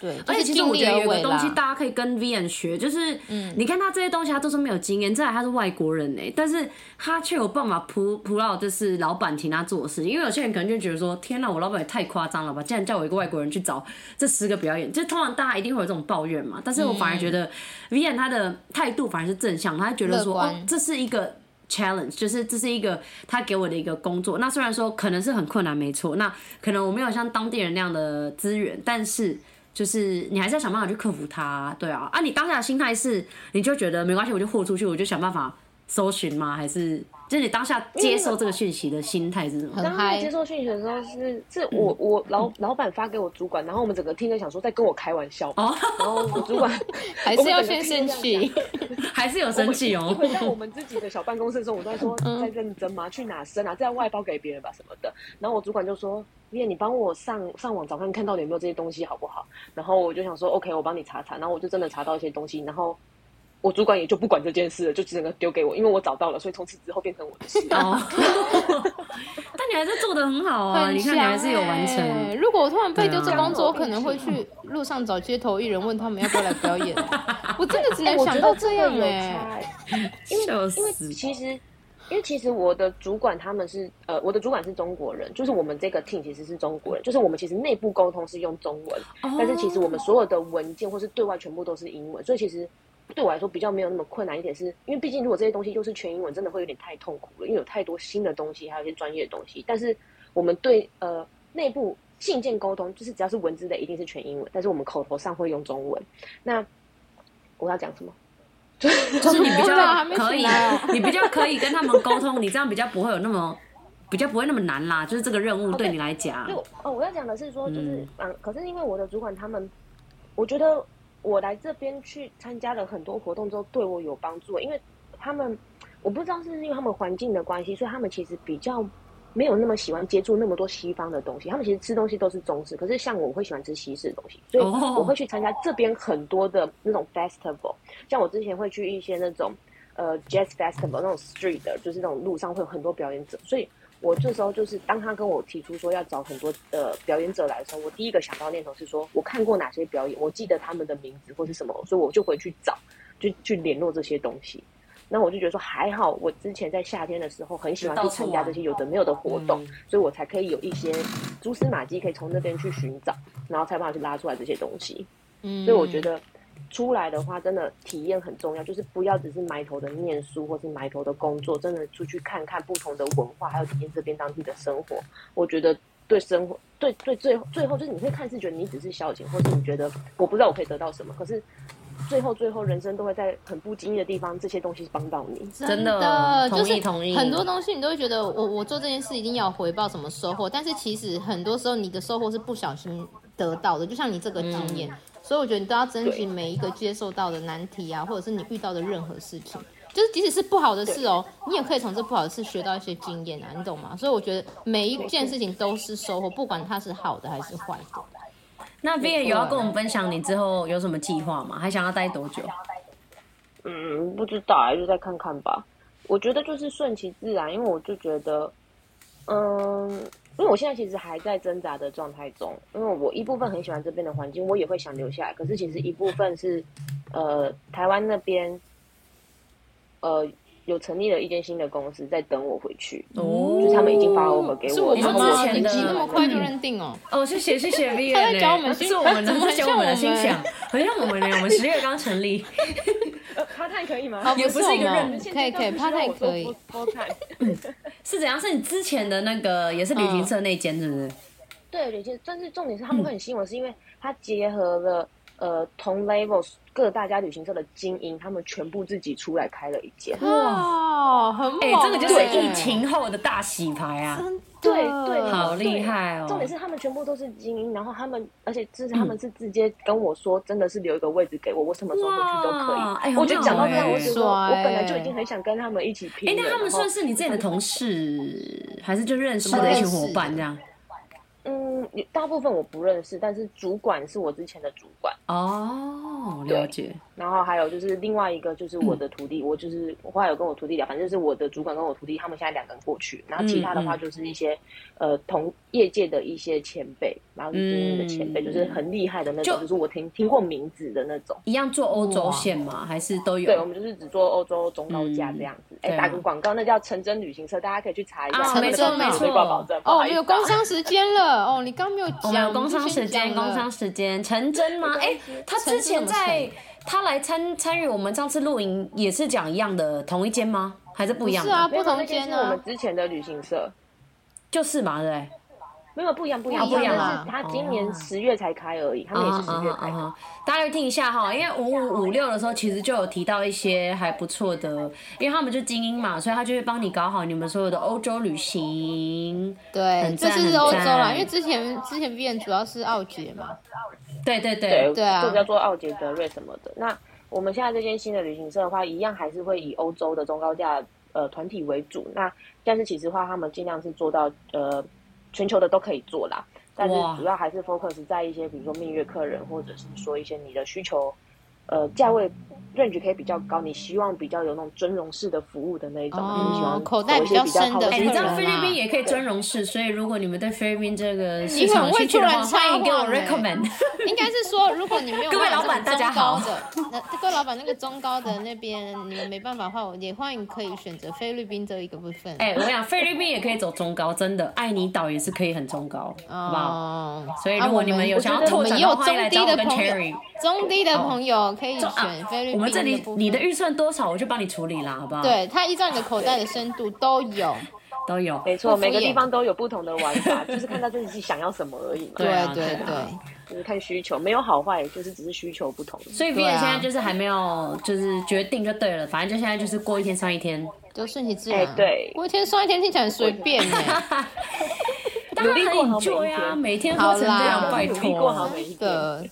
Speaker 2: 对，
Speaker 3: 而且其实
Speaker 2: 就是
Speaker 3: 我
Speaker 2: 尽
Speaker 3: 觉得
Speaker 2: 力而
Speaker 3: 有
Speaker 2: 为
Speaker 3: 个东西
Speaker 2: 啦
Speaker 3: 大家可以跟 Vian 学，就是，
Speaker 2: 嗯
Speaker 3: 你看他这些东西他都是没有经验，再来他是外国人哎、但是他却有办法扑扑到就是老板请他做事，因为有些人可能就觉得说，天哪，我老板也太夸张了吧，竟然叫我一个外国人去找这十个表演，就通常大家一定会有这种抱怨嘛，但是我
Speaker 2: 嗯
Speaker 3: 反而觉得 Vian 他的态度反而是正向，他觉得
Speaker 2: 乐
Speaker 3: 说，
Speaker 2: 观
Speaker 3: 哦，这是一个 challenge，就是这是一个他给我的一个工作。那虽然说可能是很困难，没错，那可能我没有像当地人那样的资源，但是就是你还是要想办法去克服它，对啊。啊，你当下的心态是，你就觉得没关系，我就豁出去，我就想办法搜寻吗？还是就是你当下接受这个讯息的心态是什么？
Speaker 2: 很
Speaker 4: 当我
Speaker 2: 嗨嗯
Speaker 4: 接，受讯息的时候是，是我我老老板发给我主管，然后我们整个听着想说在跟我开玩笑
Speaker 2: 哦
Speaker 4: 吧，然后我主管
Speaker 2: 还是要先生气。
Speaker 3: 还是有生气
Speaker 4: 我
Speaker 3: 哦
Speaker 4: 回。回到我们自己的小办公室的时候，我在说
Speaker 2: 嗯
Speaker 4: 在认真吗？去哪生啊？再外包给别人吧什么的。然后我主管就说：“叶，你帮我上上网找看看到底有没有这些东西好不好？”然后我就想说：“OK，我帮你查查。”然后我就真的查到一些东西，然后。我主管也就不管这件事了，就只能丢给我，因为我找到了，所以从此之后变成我的 事。
Speaker 3: 哦，但你还是做的很好啊！
Speaker 2: 很
Speaker 3: 你看你
Speaker 2: 强
Speaker 3: 还是有完
Speaker 2: 欸
Speaker 3: 成，
Speaker 2: 如果我突然被丢这
Speaker 3: 对啊
Speaker 2: 工作，我可能会去路上找街头艺人，问他们要不要来表演。啊 我真的只
Speaker 4: 哎
Speaker 2: 能
Speaker 4: 我
Speaker 2: 想
Speaker 4: 觉
Speaker 2: 到
Speaker 4: 得
Speaker 2: 这
Speaker 4: 真
Speaker 2: 样
Speaker 4: 的有
Speaker 2: 哎、
Speaker 4: 差欸
Speaker 3: 笑
Speaker 4: 因为
Speaker 3: 死！
Speaker 4: 其实，因为其实我的主管他们是呃，我的主管是中国人，就是我们这个 team 其实是中国人，就是我们其实内部沟通是用中文，
Speaker 3: 哦
Speaker 4: 但是其实我们所有的文件或是对外全部都是英文，所以其实。对我来说比较没有那么困难一点是，因为毕竟如果这些东西又是全英文，真的会有点太痛苦了，因为有太多新的东西，还有一些专业的东西。但是我们对呃内部信件沟通，就是只要是文字的一定是全英文，但是我们口头上会用中文。那我要讲什么？
Speaker 3: 就是你 比
Speaker 2: 真的
Speaker 3: 较
Speaker 2: 还没
Speaker 3: 可
Speaker 2: 醒
Speaker 3: 以
Speaker 2: 来
Speaker 4: 啊
Speaker 2: 哦，
Speaker 3: 你比较可以跟他们沟通，你这样比较不会有那么，比较不会那么难啦。就是这个任务对你来讲
Speaker 4: 对，，哦，我要讲的是说，就是
Speaker 3: 啊嗯
Speaker 4: 嗯、可是因为我的主管他们，我觉得我来这边去参加了很多活动之后，对我有帮助，因为他们我不知道是不是因为他们环境的关系，所以他们其实比较没有那么喜欢接触那么多西方的东西，他们其实吃东西都是中式，可是像我我会喜欢吃西式的东西，所以
Speaker 3: 哦
Speaker 4: 我会去参加这边很多的那种 festival，像我之前会去一些那种呃 jazz festival 那种 street 的，就是那种路上会有很多表演者，所以我这时候就是当他跟我提出说要找很多呃表演者来的时候，我第一个想到的念头是说我看过哪些表演，我记得他们的名字或是什么，所以我就回去找，就去联络这些东西。那我就觉得说还好，我之前在夏天的时候很喜欢去参加这些有的没有的活动，所以我才可以有一些蛛丝马迹可以从那边去寻找，然后才把它去拉出来这些东西。
Speaker 2: 嗯
Speaker 4: 所以我觉得出来的话，真的体验很重要，就是不要只是埋头的念书或是埋头的工作，真的出去看看不同的文化，还有体验这边当地的生活。我觉得对生活，对对最最后就是你会看似觉得你只是消遣，或是你觉得我不知道我可以得到什么，可是最后最后人生都会在很不经意的地方，这些东西帮到你。
Speaker 3: 真的
Speaker 2: 就
Speaker 3: 同意
Speaker 2: 是
Speaker 3: 同意
Speaker 2: 很多东西你都会觉得我我做这件事一定要有回报什么收获，但是其实很多时候你的收获是不小心得到的，就像你这个经
Speaker 3: 嗯
Speaker 2: 验，所以我觉得你都要珍惜
Speaker 4: 对
Speaker 2: 每一个接受到的难题啊，或者是你遇到的任何事情。就是即使是不好的事哦，你也可以从这不好的事学到一些经验啊，你懂吗？所以我觉得每一件事情都是收获，不管它是好的还是坏的。
Speaker 3: 那 V i 有要跟我们分享你之后有什么计划吗？还想要待多久？
Speaker 4: 嗯，不知道啊，就再看看吧。我觉得就是顺其自然，因为我就觉得，嗯，因为我现在其实还在挣扎的状态中，因为我一部分很喜欢这边的环境，我也会想留下来，可是其实一部分是，呃，台湾那边，呃，有成立了一间新的公司在等我回去，
Speaker 3: 哦
Speaker 4: 就是他们已经发 offer 给
Speaker 2: 是
Speaker 4: 我，
Speaker 2: 我
Speaker 3: 你说
Speaker 4: 然
Speaker 2: 们
Speaker 4: 后
Speaker 3: 之
Speaker 2: 吗？
Speaker 3: 前
Speaker 2: 你
Speaker 3: 的
Speaker 2: 那么快就认定哦？
Speaker 3: 哦，谢谢谢谢 V i
Speaker 2: 他在教我们新
Speaker 3: 是我们的，
Speaker 2: 怎么
Speaker 3: 是教我们的
Speaker 2: 像
Speaker 3: 心
Speaker 2: 我们
Speaker 3: 想，很像我们的，我们十月刚成立，
Speaker 4: 呃他太可以吗？
Speaker 2: 哦，
Speaker 3: 也不
Speaker 2: 不
Speaker 3: 是
Speaker 2: 我
Speaker 3: 一个
Speaker 2: 们
Speaker 3: 认，
Speaker 2: 可以可以，他太可以。
Speaker 3: 是怎样？是你之前的那个也是旅行社那间，是不是？
Speaker 4: 对，有些，但是重点是
Speaker 2: 嗯
Speaker 4: 他们会很吸引我，是因为它结合了呃同 level 各大家旅行社的精英，他们全部自己出来开了一间。
Speaker 2: 嗯哦哇，很猛、
Speaker 3: 哎
Speaker 2: 欸，
Speaker 3: 这个就是疫，情后的大洗牌啊！
Speaker 2: 真的
Speaker 4: 对对，
Speaker 3: 好厉
Speaker 4: 对
Speaker 3: 害哦
Speaker 4: 重点是他们全部都是精英，然后他们，而且就是
Speaker 2: 嗯
Speaker 4: 他们是直接跟我说，真的是留一个位置给我，我什么时候回去都可
Speaker 3: 哇
Speaker 4: 以。
Speaker 3: 哎
Speaker 4: 我就讲到这样，
Speaker 3: 很好
Speaker 4: 我
Speaker 3: 哎
Speaker 4: 觉得我本
Speaker 2: 很帅
Speaker 4: 来
Speaker 2: 哎
Speaker 4: 就已经很想跟他们一起拼
Speaker 3: 哎、
Speaker 4: 了。
Speaker 3: 那他们
Speaker 4: 然后
Speaker 3: 算是你之前的同事，还是就认识的一群伙伴这样？
Speaker 4: 嗯，大部分我不认识，但是主管是我之前的主管。
Speaker 3: 哦，了解。
Speaker 4: 然后还有就是另外一个就是我的徒弟，我就是我后来有跟我徒弟聊，反正就是我的主管跟我徒弟他们现在两个人过去，然后
Speaker 2: 嗯
Speaker 4: 其他的话就是一些、呃同业界的一些前辈，然后就是那个前辈、
Speaker 3: 嗯
Speaker 4: 就是很厉害的那种，
Speaker 3: 就
Speaker 4: 就是我听听过名字的那种。
Speaker 3: 一样做欧洲线吗？还是都
Speaker 4: 对，我
Speaker 3: 有？
Speaker 4: 们就是只做欧洲中高
Speaker 2: 嗯
Speaker 4: 价这样子。哎、
Speaker 3: 对啊
Speaker 4: 打个广告，那叫成真旅行社，大家可以去查一下。
Speaker 3: 啊
Speaker 4: 他们
Speaker 2: 没
Speaker 4: 的
Speaker 2: 错
Speaker 4: 品牌
Speaker 2: 没
Speaker 4: 有
Speaker 2: 错
Speaker 4: 回报保证。不
Speaker 2: 哦
Speaker 4: 好，意思啊
Speaker 2: 有工商时间了哦，你刚没有
Speaker 3: 我
Speaker 2: 讲，
Speaker 3: 们有
Speaker 2: 你就
Speaker 3: 工商
Speaker 2: 先
Speaker 3: 时间，
Speaker 2: 讲了
Speaker 3: 工商时间，陈真吗？哎、他之前在他来参参与我们上次露营也是讲一样的，同一间吗？还是不一样
Speaker 2: 是
Speaker 3: 的？
Speaker 2: 啊，
Speaker 4: 没
Speaker 2: 不
Speaker 4: 有
Speaker 2: 同
Speaker 4: 那
Speaker 2: 间
Speaker 4: 间是我
Speaker 2: 啊
Speaker 4: 们，之前的旅行社，
Speaker 3: 就是嘛，对不对。
Speaker 4: 没有不一样，不一样，
Speaker 2: 哦不一样啊哦
Speaker 4: 但
Speaker 2: 啦
Speaker 4: 是他今年十月才开而已，他们也是十月开的。
Speaker 3: 啊！大家就听一下哈，因为五五五六的时候，其实就有提到一些还不错的，因为他们就精英嘛，所以他就会帮你搞好你们所有的欧洲旅行。
Speaker 2: 对
Speaker 3: 很，
Speaker 2: 这
Speaker 3: 赞
Speaker 2: 次是欧洲
Speaker 3: 很
Speaker 2: 啦，
Speaker 3: 赞
Speaker 2: 因为之前之前 V N 主要是奥捷嘛，
Speaker 3: 对对对
Speaker 4: 对，
Speaker 2: 对啊
Speaker 4: 就叫做奥杰德瑞什么的。那我们现在这间新的旅行社的话，一样还是会以欧洲的中高价呃团体为主。那但是其实的话，他们尽量是做到呃全球的都可以做啦，但是
Speaker 3: 哇
Speaker 4: 主要还是 focus 在一些比如说蜜月客人，或者是说一些你的需求呃价位 range 可以比较高，你希望比较有那种尊荣式的服务的那一种，
Speaker 2: 哦
Speaker 4: 你喜欢
Speaker 2: 口袋
Speaker 4: 走一些
Speaker 2: 比较
Speaker 4: 比较
Speaker 2: 深的
Speaker 4: 靠
Speaker 3: 哎、
Speaker 4: 近
Speaker 3: 你知
Speaker 2: 客人
Speaker 3: 道
Speaker 2: 啊
Speaker 3: 菲律宾也可以尊荣式，所以如果你们对菲律宾这个市
Speaker 2: 你很
Speaker 3: 场有
Speaker 2: 会
Speaker 3: 兴趣的
Speaker 2: 突
Speaker 3: 话，
Speaker 2: 然插话
Speaker 3: 欢迎给我
Speaker 2: 呢
Speaker 3: recommend。
Speaker 2: 应该是说，如果你没 有
Speaker 3: 各位
Speaker 2: 办法
Speaker 3: 老板
Speaker 2: 这种
Speaker 3: 大家
Speaker 2: 中高
Speaker 3: 好
Speaker 2: 的，那各位老板那个中高的那边你们没办法的话，我也欢迎可以选择菲律宾这一个部分。
Speaker 3: 哎、我跟你讲，菲律宾也可以走中高，真 的，爱尼岛也是可以很中高，好不好？
Speaker 2: 哦，
Speaker 3: 所以
Speaker 2: 啊
Speaker 3: 如果你们有想要
Speaker 2: 我
Speaker 3: 拓
Speaker 2: 们
Speaker 3: 展
Speaker 2: 也
Speaker 3: 的
Speaker 2: 有
Speaker 3: 话，欢迎
Speaker 2: 中
Speaker 3: 来
Speaker 2: 低
Speaker 3: 找
Speaker 2: 的
Speaker 3: 我跟
Speaker 2: 朋友
Speaker 3: Cherry。，
Speaker 2: 中低的朋友可以
Speaker 3: 中啊
Speaker 2: 选菲律宾。
Speaker 3: 我们这里你的，预算多少，我就帮你处理啦，好不好？，
Speaker 2: 对它依照你的口袋的深度都有。
Speaker 3: 都有。
Speaker 4: 没
Speaker 2: 不
Speaker 4: 错，
Speaker 2: 敷
Speaker 4: 每个
Speaker 2: 衍
Speaker 4: 地方都有不同的玩法， 就是看到自己想要什么而已嘛。
Speaker 3: 对啊
Speaker 2: 对
Speaker 3: 对啊
Speaker 2: 对，
Speaker 4: 就是看需求，没有好坏，就是只是需求不同。
Speaker 3: 所以 v
Speaker 2: 对
Speaker 3: i
Speaker 2: 啊
Speaker 3: 现在就是还没有就是决定就对了，反正就现在就是过一天算一天，
Speaker 2: 就顺其自然。
Speaker 4: 哎对
Speaker 2: 我一天算一天听起来很随 便呢、
Speaker 3: 当
Speaker 4: 努
Speaker 3: 然
Speaker 4: 力
Speaker 3: 很
Speaker 4: 过好
Speaker 3: enjoy
Speaker 4: 每一
Speaker 3: 啊，
Speaker 4: 天
Speaker 3: 每天喝成这
Speaker 2: 好
Speaker 3: 样，
Speaker 2: 啦
Speaker 3: 拜
Speaker 4: 努力过
Speaker 3: 托
Speaker 4: 好
Speaker 3: 啊
Speaker 4: 每。一
Speaker 2: 真
Speaker 4: 天。
Speaker 2: 的，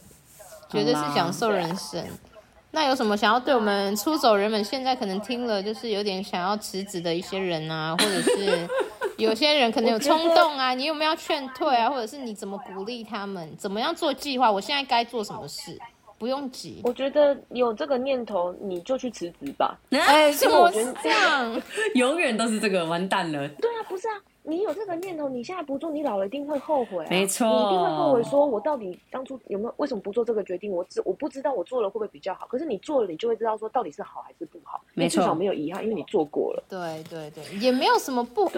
Speaker 2: 绝对是享受人生。那有什么想要对我们出走人们现在可能听了就是有点想要辞职的一些人 啊，或者是有些人可能有冲动啊，你有没有要劝退啊，或者是你怎么鼓励他们，怎么样做计划？我现在该做什么事？不用急。
Speaker 4: 我觉得有这个念头，你就去辞职吧。
Speaker 2: 哎、
Speaker 3: 哎，
Speaker 2: 怎
Speaker 3: 这
Speaker 2: 么
Speaker 3: 我
Speaker 2: 是这样？
Speaker 3: 永远都是这个，完蛋了。
Speaker 4: 对啊，不是啊，你有这个念头，你现在不做，你老了一定会后悔、啊。
Speaker 3: 没错
Speaker 4: 你一定会后悔，说我到底当初有没有为什么不做这个决定？我知我不知道我做了会不会比较好，可是你做了，你就会知道说到底是好还是不好。
Speaker 3: 没错
Speaker 4: 你至少没有遗憾，因为你做过了。
Speaker 2: 对对对，也没有什么不，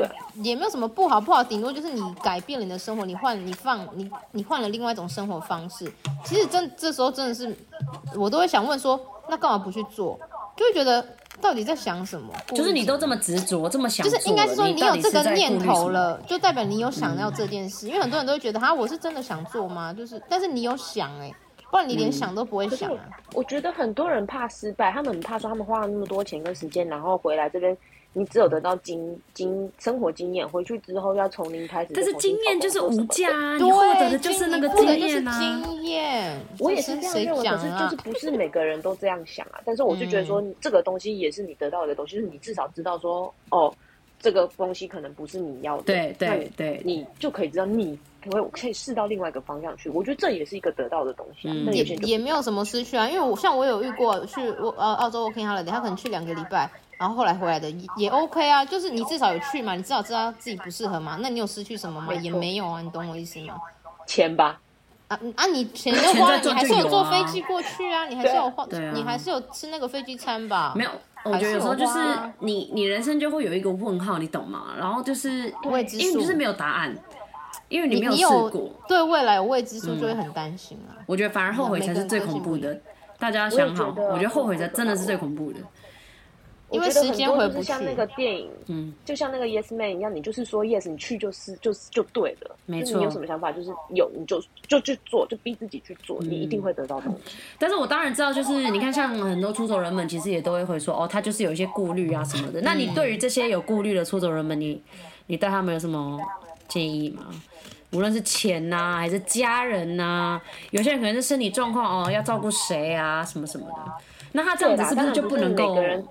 Speaker 2: 也没有什么不好不好，顶多就是你改变了你的生活，你换你放你你换了另外一种生活方式。其实真这时候真的是，我都会想问说，那干嘛不去做？就会觉得到底在想什么？顾虑
Speaker 3: 就是你
Speaker 2: 什么
Speaker 3: 都这么执着，这么想
Speaker 2: 就
Speaker 3: 做了，
Speaker 2: 是应该是说
Speaker 3: 你到
Speaker 2: 有
Speaker 3: 底
Speaker 2: 这个
Speaker 3: 是在
Speaker 2: 念
Speaker 3: 顾虑什
Speaker 2: 头
Speaker 3: 么，
Speaker 2: 了，就代表你有想要这件事，因为很多人都会觉得哈，我是真的想做吗？就是，但是你有想哎、不然你连想都不会
Speaker 4: 可是
Speaker 2: 想
Speaker 4: 我
Speaker 2: 啊。
Speaker 4: 我觉得很多人怕失败，他们很怕说他们花了那么多钱跟时间，然后回来这边，你只有得到经经生活经验，回去之后要从零开始。
Speaker 3: 但是经验就是无。价啊，你
Speaker 2: 对，
Speaker 3: 获得的就是那个
Speaker 2: 经你获得
Speaker 3: 验
Speaker 2: 就是
Speaker 3: 啊。
Speaker 2: 经验。
Speaker 4: 我也是
Speaker 2: 跟
Speaker 4: 这样
Speaker 2: 谁
Speaker 4: 认为，可
Speaker 2: 讲
Speaker 4: 是
Speaker 2: 啊？
Speaker 4: 就是不是每个人都这样想啊。但是我就觉得说，
Speaker 3: 嗯
Speaker 4: 这个东西也是你得到的东西，就是你至少知道说，哦，这个东西可能不是你要的，
Speaker 3: 对对
Speaker 4: 那你
Speaker 3: 对
Speaker 4: 你就可以知道你可以可以试到另外一个方向去。我觉得这也是一个得到的东西、啊。
Speaker 3: 嗯
Speaker 4: 但
Speaker 2: 也
Speaker 4: 有些人就
Speaker 2: 也没有什么失去啊，因为我像我有遇过去我呃澳洲 OK 他了，他可能去两个礼拜，然后后来回来的也也 OK 啊，就是你至少有去嘛，你至少知道自己不适合嘛，那你有失去什么吗？
Speaker 4: 没错
Speaker 2: 也没有啊，你懂我意思吗？
Speaker 4: 钱吧，
Speaker 2: 啊嗯啊，你钱都花了，
Speaker 3: 钱在
Speaker 2: 你
Speaker 3: 赚
Speaker 2: 还是有
Speaker 3: 就有
Speaker 2: 坐
Speaker 3: 啊
Speaker 2: 飞机过去啊，你还是有花
Speaker 3: 对啊，
Speaker 2: 你还是有吃那个飞机餐吧？
Speaker 3: 没有，我觉得有时候就
Speaker 2: 还
Speaker 3: 是
Speaker 2: 是有花
Speaker 3: 你你人生就会有一个问号，你懂吗？然后就是
Speaker 2: 未知数
Speaker 3: 因为你就是没有答案，因为你
Speaker 2: 你
Speaker 3: 没有
Speaker 2: 你
Speaker 3: 试
Speaker 2: 有
Speaker 3: 过。
Speaker 2: 对未来有未知数，就会很担心啊。
Speaker 3: 我觉得反而后悔才是最恐怖的。大家要想好，
Speaker 4: 我也觉得
Speaker 3: 我觉得后悔才真的是最恐怖的。
Speaker 4: 我
Speaker 2: 因为
Speaker 4: 觉得
Speaker 2: 时
Speaker 4: 很
Speaker 2: 间
Speaker 4: 多
Speaker 2: 回
Speaker 4: 就是
Speaker 2: 不
Speaker 4: 像
Speaker 2: 去
Speaker 4: 那个电影，
Speaker 3: 嗯，
Speaker 4: 就像那个 Yes Man 一样，你就是说 Yes，你去就是就是就对了。
Speaker 3: 没
Speaker 4: 就是
Speaker 3: 错
Speaker 4: 你有什么想法，就是有你就就去做，就逼自己去做，你一
Speaker 3: 嗯
Speaker 4: 定会得到东西。
Speaker 3: 但是我当然知道，就是你看，像很多出走人们，其实也都会回说，哦，他就是有一些顾虑啊什么的。
Speaker 4: 嗯
Speaker 3: 那你对于这些有顾虑的出走人们，你你对他们有什么建议吗？无论是钱呐、还是家人呐、有些人可能是身体状况哦，要照顾谁啊，什么什么的。那他这样
Speaker 4: 对
Speaker 3: 子
Speaker 4: 啦，
Speaker 3: 是
Speaker 4: 当
Speaker 3: 是
Speaker 4: 然
Speaker 3: 就
Speaker 4: 不
Speaker 3: 能
Speaker 4: 每
Speaker 3: 够
Speaker 4: 个人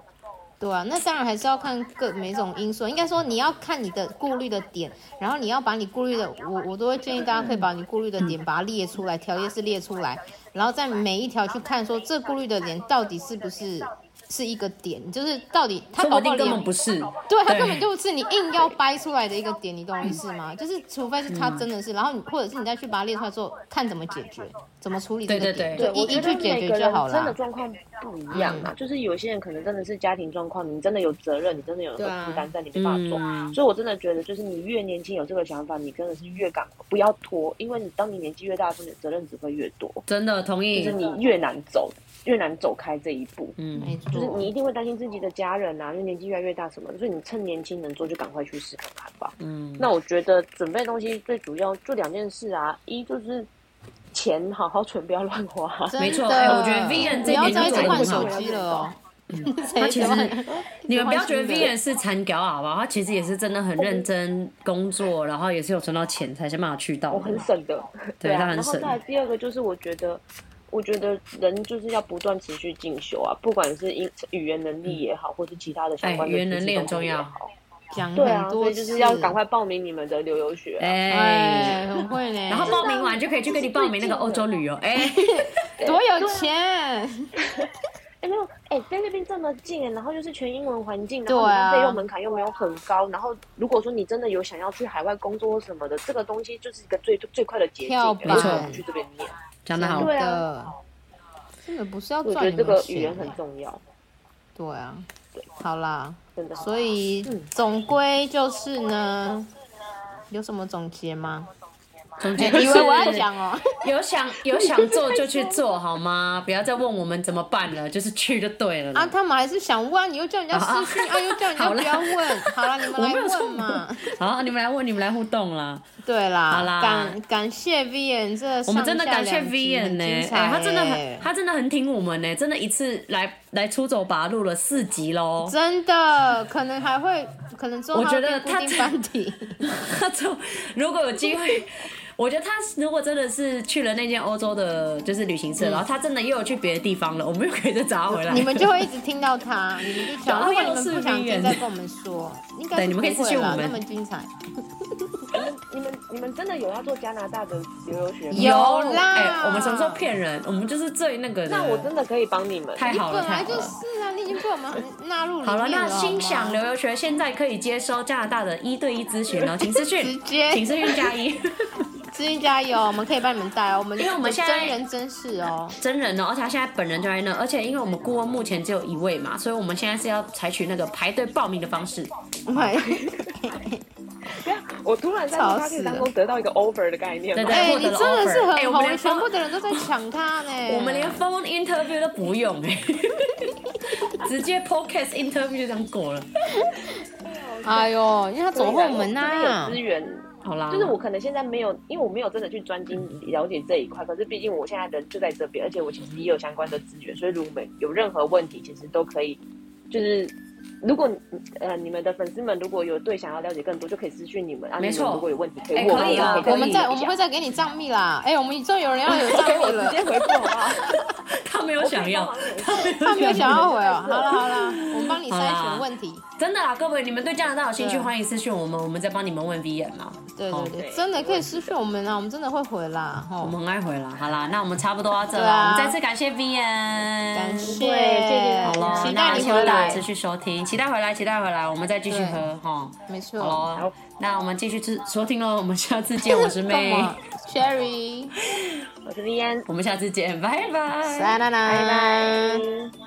Speaker 2: 对啊，那当然还是要看各每种因素，应该说你要看你的顾虑的点，然后你要把你顾虑的，我我都会建议大家可以把你顾虑的点把它列出来，条列式列出来，然后在每一条去看说这顾虑的点到底是不是是一个点，就是到底它
Speaker 3: 说
Speaker 2: 搞
Speaker 3: 不
Speaker 2: 不好
Speaker 3: 定根
Speaker 2: 连
Speaker 3: 本不是，
Speaker 2: 对他根本就是你硬要掰出来的一个点，你懂我意思吗？就是除非是他真的是，然后你或者是你再去把它列出来之后，看怎么解决，怎么处理这个
Speaker 3: 对
Speaker 2: 点，
Speaker 3: 对
Speaker 4: 对，
Speaker 2: 一
Speaker 4: 我觉
Speaker 2: 一
Speaker 4: 得
Speaker 2: 去解
Speaker 4: 每
Speaker 2: 决
Speaker 4: 个
Speaker 2: 就
Speaker 4: 人
Speaker 2: 好
Speaker 4: 真的
Speaker 2: 了。啊
Speaker 4: 状况不一样
Speaker 3: 嗯
Speaker 4: 啊，就是有些人可能真的是家庭状况，你真的有责任，你真的有
Speaker 2: 对啊
Speaker 4: 负担在，你没办法做。
Speaker 3: 嗯
Speaker 4: 所以我真的觉得，就是你越年轻有这个想法，你真的是越敢不要拖，因为你当你年纪越大的时候，你的责任只会越多，
Speaker 3: 真的同
Speaker 4: 就
Speaker 3: 意
Speaker 4: 是。你越难走，越难走开这一步。
Speaker 3: 嗯，
Speaker 2: 没
Speaker 4: 就是
Speaker 2: 错
Speaker 4: 你，一定会担心自己的家人啊，因为年纪越来越大什么的，所以你趁年轻能做就赶快去试看看吧。
Speaker 3: 嗯，
Speaker 4: 那我觉得准备东西最主要就两件事啊，一就是钱好好存，不要乱花。
Speaker 2: 真
Speaker 3: 没错
Speaker 2: 的
Speaker 3: 哎我觉得 Vivian 这
Speaker 2: 不要
Speaker 3: 点
Speaker 2: 再一
Speaker 3: 就
Speaker 2: 直
Speaker 3: 做得
Speaker 2: 换
Speaker 3: 很
Speaker 2: 手
Speaker 3: 好
Speaker 2: 机了哦。
Speaker 3: 他
Speaker 2: 他
Speaker 3: 其实，你们不要觉得
Speaker 2: 新的
Speaker 3: Vian 是残屌啊好不好？他其实也是真的很认真工作，然后也是有存到钱才想办法去到
Speaker 4: 我
Speaker 3: 的
Speaker 4: 很
Speaker 3: 嘛。
Speaker 4: 省的，
Speaker 3: 对他很
Speaker 4: 啊。然后
Speaker 3: 省
Speaker 4: 再来第二个就是，我觉得，我觉得人就是要不断持续进修啊，不管是英语言能力也好，或是其他的相
Speaker 3: 哎
Speaker 4: 关的
Speaker 3: 语言
Speaker 4: 知识
Speaker 3: 能力很
Speaker 4: 都
Speaker 3: 重要嗯
Speaker 4: 也好
Speaker 2: 讲
Speaker 4: 对啊，
Speaker 2: 很
Speaker 4: 所
Speaker 2: 多
Speaker 4: 以就
Speaker 2: 次
Speaker 4: 是要赶，快报名你们的旅游学啊、
Speaker 3: 哎
Speaker 2: 哎，，很会呢。
Speaker 3: 然后报名完就可以去跟你报名那个欧洲旅游，哎，
Speaker 2: 多有钱，
Speaker 4: 哎、没有，哎、菲律宾这么近，然后又是全英文环境，然
Speaker 2: 对
Speaker 4: 后
Speaker 2: 啊
Speaker 4: 你的费用门槛又没有很高，然后如果说你真的有想要去海外工作什么的，这个东西就是一个最最快的捷径，
Speaker 2: 跳
Speaker 4: 为什么
Speaker 3: 板
Speaker 4: 不去这边念？
Speaker 3: 讲
Speaker 2: 真
Speaker 3: 得好，
Speaker 4: 对
Speaker 2: 的
Speaker 4: 啊，
Speaker 2: 真的不是要
Speaker 4: 我觉
Speaker 2: 赚
Speaker 4: 得
Speaker 2: 你
Speaker 4: 这
Speaker 2: 们
Speaker 4: 个
Speaker 2: 钱
Speaker 4: 语言
Speaker 2: 欸
Speaker 4: 很重要，
Speaker 2: 对啊，好啦，
Speaker 4: 真的。
Speaker 2: 所以
Speaker 4: 嗯
Speaker 2: 总归就是呢，有什么总结吗？
Speaker 3: 总
Speaker 2: 哎
Speaker 3: 结就是
Speaker 2: 以为我要讲哦，
Speaker 3: 有想有想做就去做好吗？不要再问我们怎么办了，就是去就对了啦。
Speaker 2: 啊，他们还是想问啊，你又叫人家私讯啊，又叫人家
Speaker 3: 好啦
Speaker 2: 不要问，好了，你们
Speaker 3: 我没
Speaker 2: 来
Speaker 3: 有错
Speaker 2: 问 嘛。
Speaker 3: 好，你们来问，你们来互动啦。
Speaker 2: 对啦，
Speaker 3: 好啦
Speaker 2: 感感谢 Vian 这
Speaker 3: 我
Speaker 2: 上
Speaker 3: 们真的
Speaker 2: 下
Speaker 3: 感谢
Speaker 2: 两集
Speaker 3: Vian
Speaker 2: 很
Speaker 3: 呢、
Speaker 2: 精彩
Speaker 3: 哎、他真的
Speaker 2: 哎
Speaker 3: 很，他真的很挺我们呢、真的一次来来出走吧录了四集喽。
Speaker 2: 真的可能还会，可能之后
Speaker 3: 我觉
Speaker 2: 会
Speaker 3: 得
Speaker 2: 变固
Speaker 3: 他
Speaker 2: 定 班底，
Speaker 3: 他 就如果有机会，我觉得他如果真的是去了那间欧洲的，就是旅行社，然后他真的又有去别的地方了，我们又可以再找他回来。
Speaker 2: 嗯你们就会一直听到他，你们就想，
Speaker 3: 对
Speaker 2: 如果你们
Speaker 3: 又是
Speaker 2: 不想听，
Speaker 3: Vian
Speaker 2: 再跟我们说，应该
Speaker 3: 对
Speaker 2: 是
Speaker 3: 你们可以
Speaker 2: 不会
Speaker 3: 私讯我
Speaker 2: 啦
Speaker 3: 们
Speaker 2: 那么精彩。
Speaker 4: 你们你们真的有要做加拿大的留游学吗？
Speaker 2: 有啦
Speaker 3: 哎、我们什么时候骗人？我们就是最那个的。
Speaker 4: 那我真的可以帮你们。
Speaker 3: 太哎好了，
Speaker 2: 本来
Speaker 3: 太好
Speaker 2: 就
Speaker 3: 了。
Speaker 2: 是啊，你已经被我们纳入里面
Speaker 3: 好了，那
Speaker 2: 好吗
Speaker 3: 心想留游学现在可以接收加拿大的一对一咨询哦，请私讯，
Speaker 2: 直接
Speaker 3: 请私讯加一，
Speaker 2: 志云加油，我们可以帮你们带哦，我们
Speaker 3: 因为我们
Speaker 2: 有
Speaker 3: 现在
Speaker 2: 真人真 事哦，
Speaker 3: 真人哦，而且他现在本人就在那，而且因为我们顾问目前只有一位嘛，所以我们现在是要采取那个排队报名的方式，
Speaker 2: 买
Speaker 4: 我突然在
Speaker 2: 吵
Speaker 4: p
Speaker 2: 死
Speaker 4: o d 当
Speaker 2: 了
Speaker 4: 中得到一个 over 的概念
Speaker 3: 对
Speaker 4: 啊嘛。
Speaker 3: 对，
Speaker 2: 哎、
Speaker 3: 获
Speaker 2: 你
Speaker 3: 得
Speaker 2: 真
Speaker 3: 了
Speaker 2: 的是
Speaker 3: offer，哎，
Speaker 2: 很
Speaker 3: 我们
Speaker 2: 红，
Speaker 3: 连
Speaker 2: 全
Speaker 3: phone-
Speaker 2: 部的人都在抢他呢。
Speaker 3: 我们连 phone interview 都不用哎， 直接 podcast interview 就这样过了。
Speaker 2: 哎呦，因为他走后门啊
Speaker 4: 真的
Speaker 2: 呐、
Speaker 4: 有资源。
Speaker 3: 好啦，
Speaker 4: 就是我可能现在没有，因为我没有真的去专精
Speaker 3: 嗯
Speaker 4: 了解这一块，可是毕竟我现在人就在这边，而且我其实也有相关的资源，所以如果我们有任何问题，其实都可以，就是如果呃你们的粉丝们如果有对想要了解更多，就可以私讯你们啊。
Speaker 3: 没错
Speaker 4: 你们如果有问题可以
Speaker 3: 哎
Speaker 4: 问我
Speaker 3: 可以啊
Speaker 4: 们，
Speaker 3: 可以
Speaker 2: 我们再
Speaker 4: 再
Speaker 2: 我们会再给你账密啦。哎、我们终于有人要有账
Speaker 4: 给我
Speaker 2: 密
Speaker 4: 直
Speaker 2: 了，
Speaker 4: 接回复好不好？
Speaker 3: 他没有想要，
Speaker 2: 他没有想要回 哦。好了好了，我们帮你筛
Speaker 3: 好啦
Speaker 2: 选问题。
Speaker 3: 真的啦，各位，你们对加拿大有兴趣，
Speaker 2: 对啊
Speaker 3: 欢迎私讯我们，我们再帮你们问啊 Vian 啦。
Speaker 2: 对
Speaker 3: 好
Speaker 2: 对对，
Speaker 4: 对
Speaker 2: 真的可以私讯我们啊，我们真的会回啦。
Speaker 3: 我
Speaker 2: 哦，
Speaker 3: 们很爱回了，好啦，那我们差不多到这
Speaker 2: 对
Speaker 3: 了，
Speaker 2: 啊
Speaker 3: 我们再次感谢 Vian，
Speaker 2: 感谢，
Speaker 4: 谢谢
Speaker 3: 好咯，
Speaker 2: 期
Speaker 3: 那
Speaker 2: 待你
Speaker 3: 希望
Speaker 2: 回
Speaker 3: 大家
Speaker 2: 来
Speaker 3: 持。续收听，期待回来，期待回来，我们再继续喝哈。
Speaker 2: 没错。
Speaker 3: 好咯，那我们继续吃收听喽，我们下次见，我 是妹，
Speaker 2: ，Cherry，
Speaker 4: 我是 V N，
Speaker 3: 我们下次见，拜拜。
Speaker 2: 拜拜。
Speaker 4: 拜拜。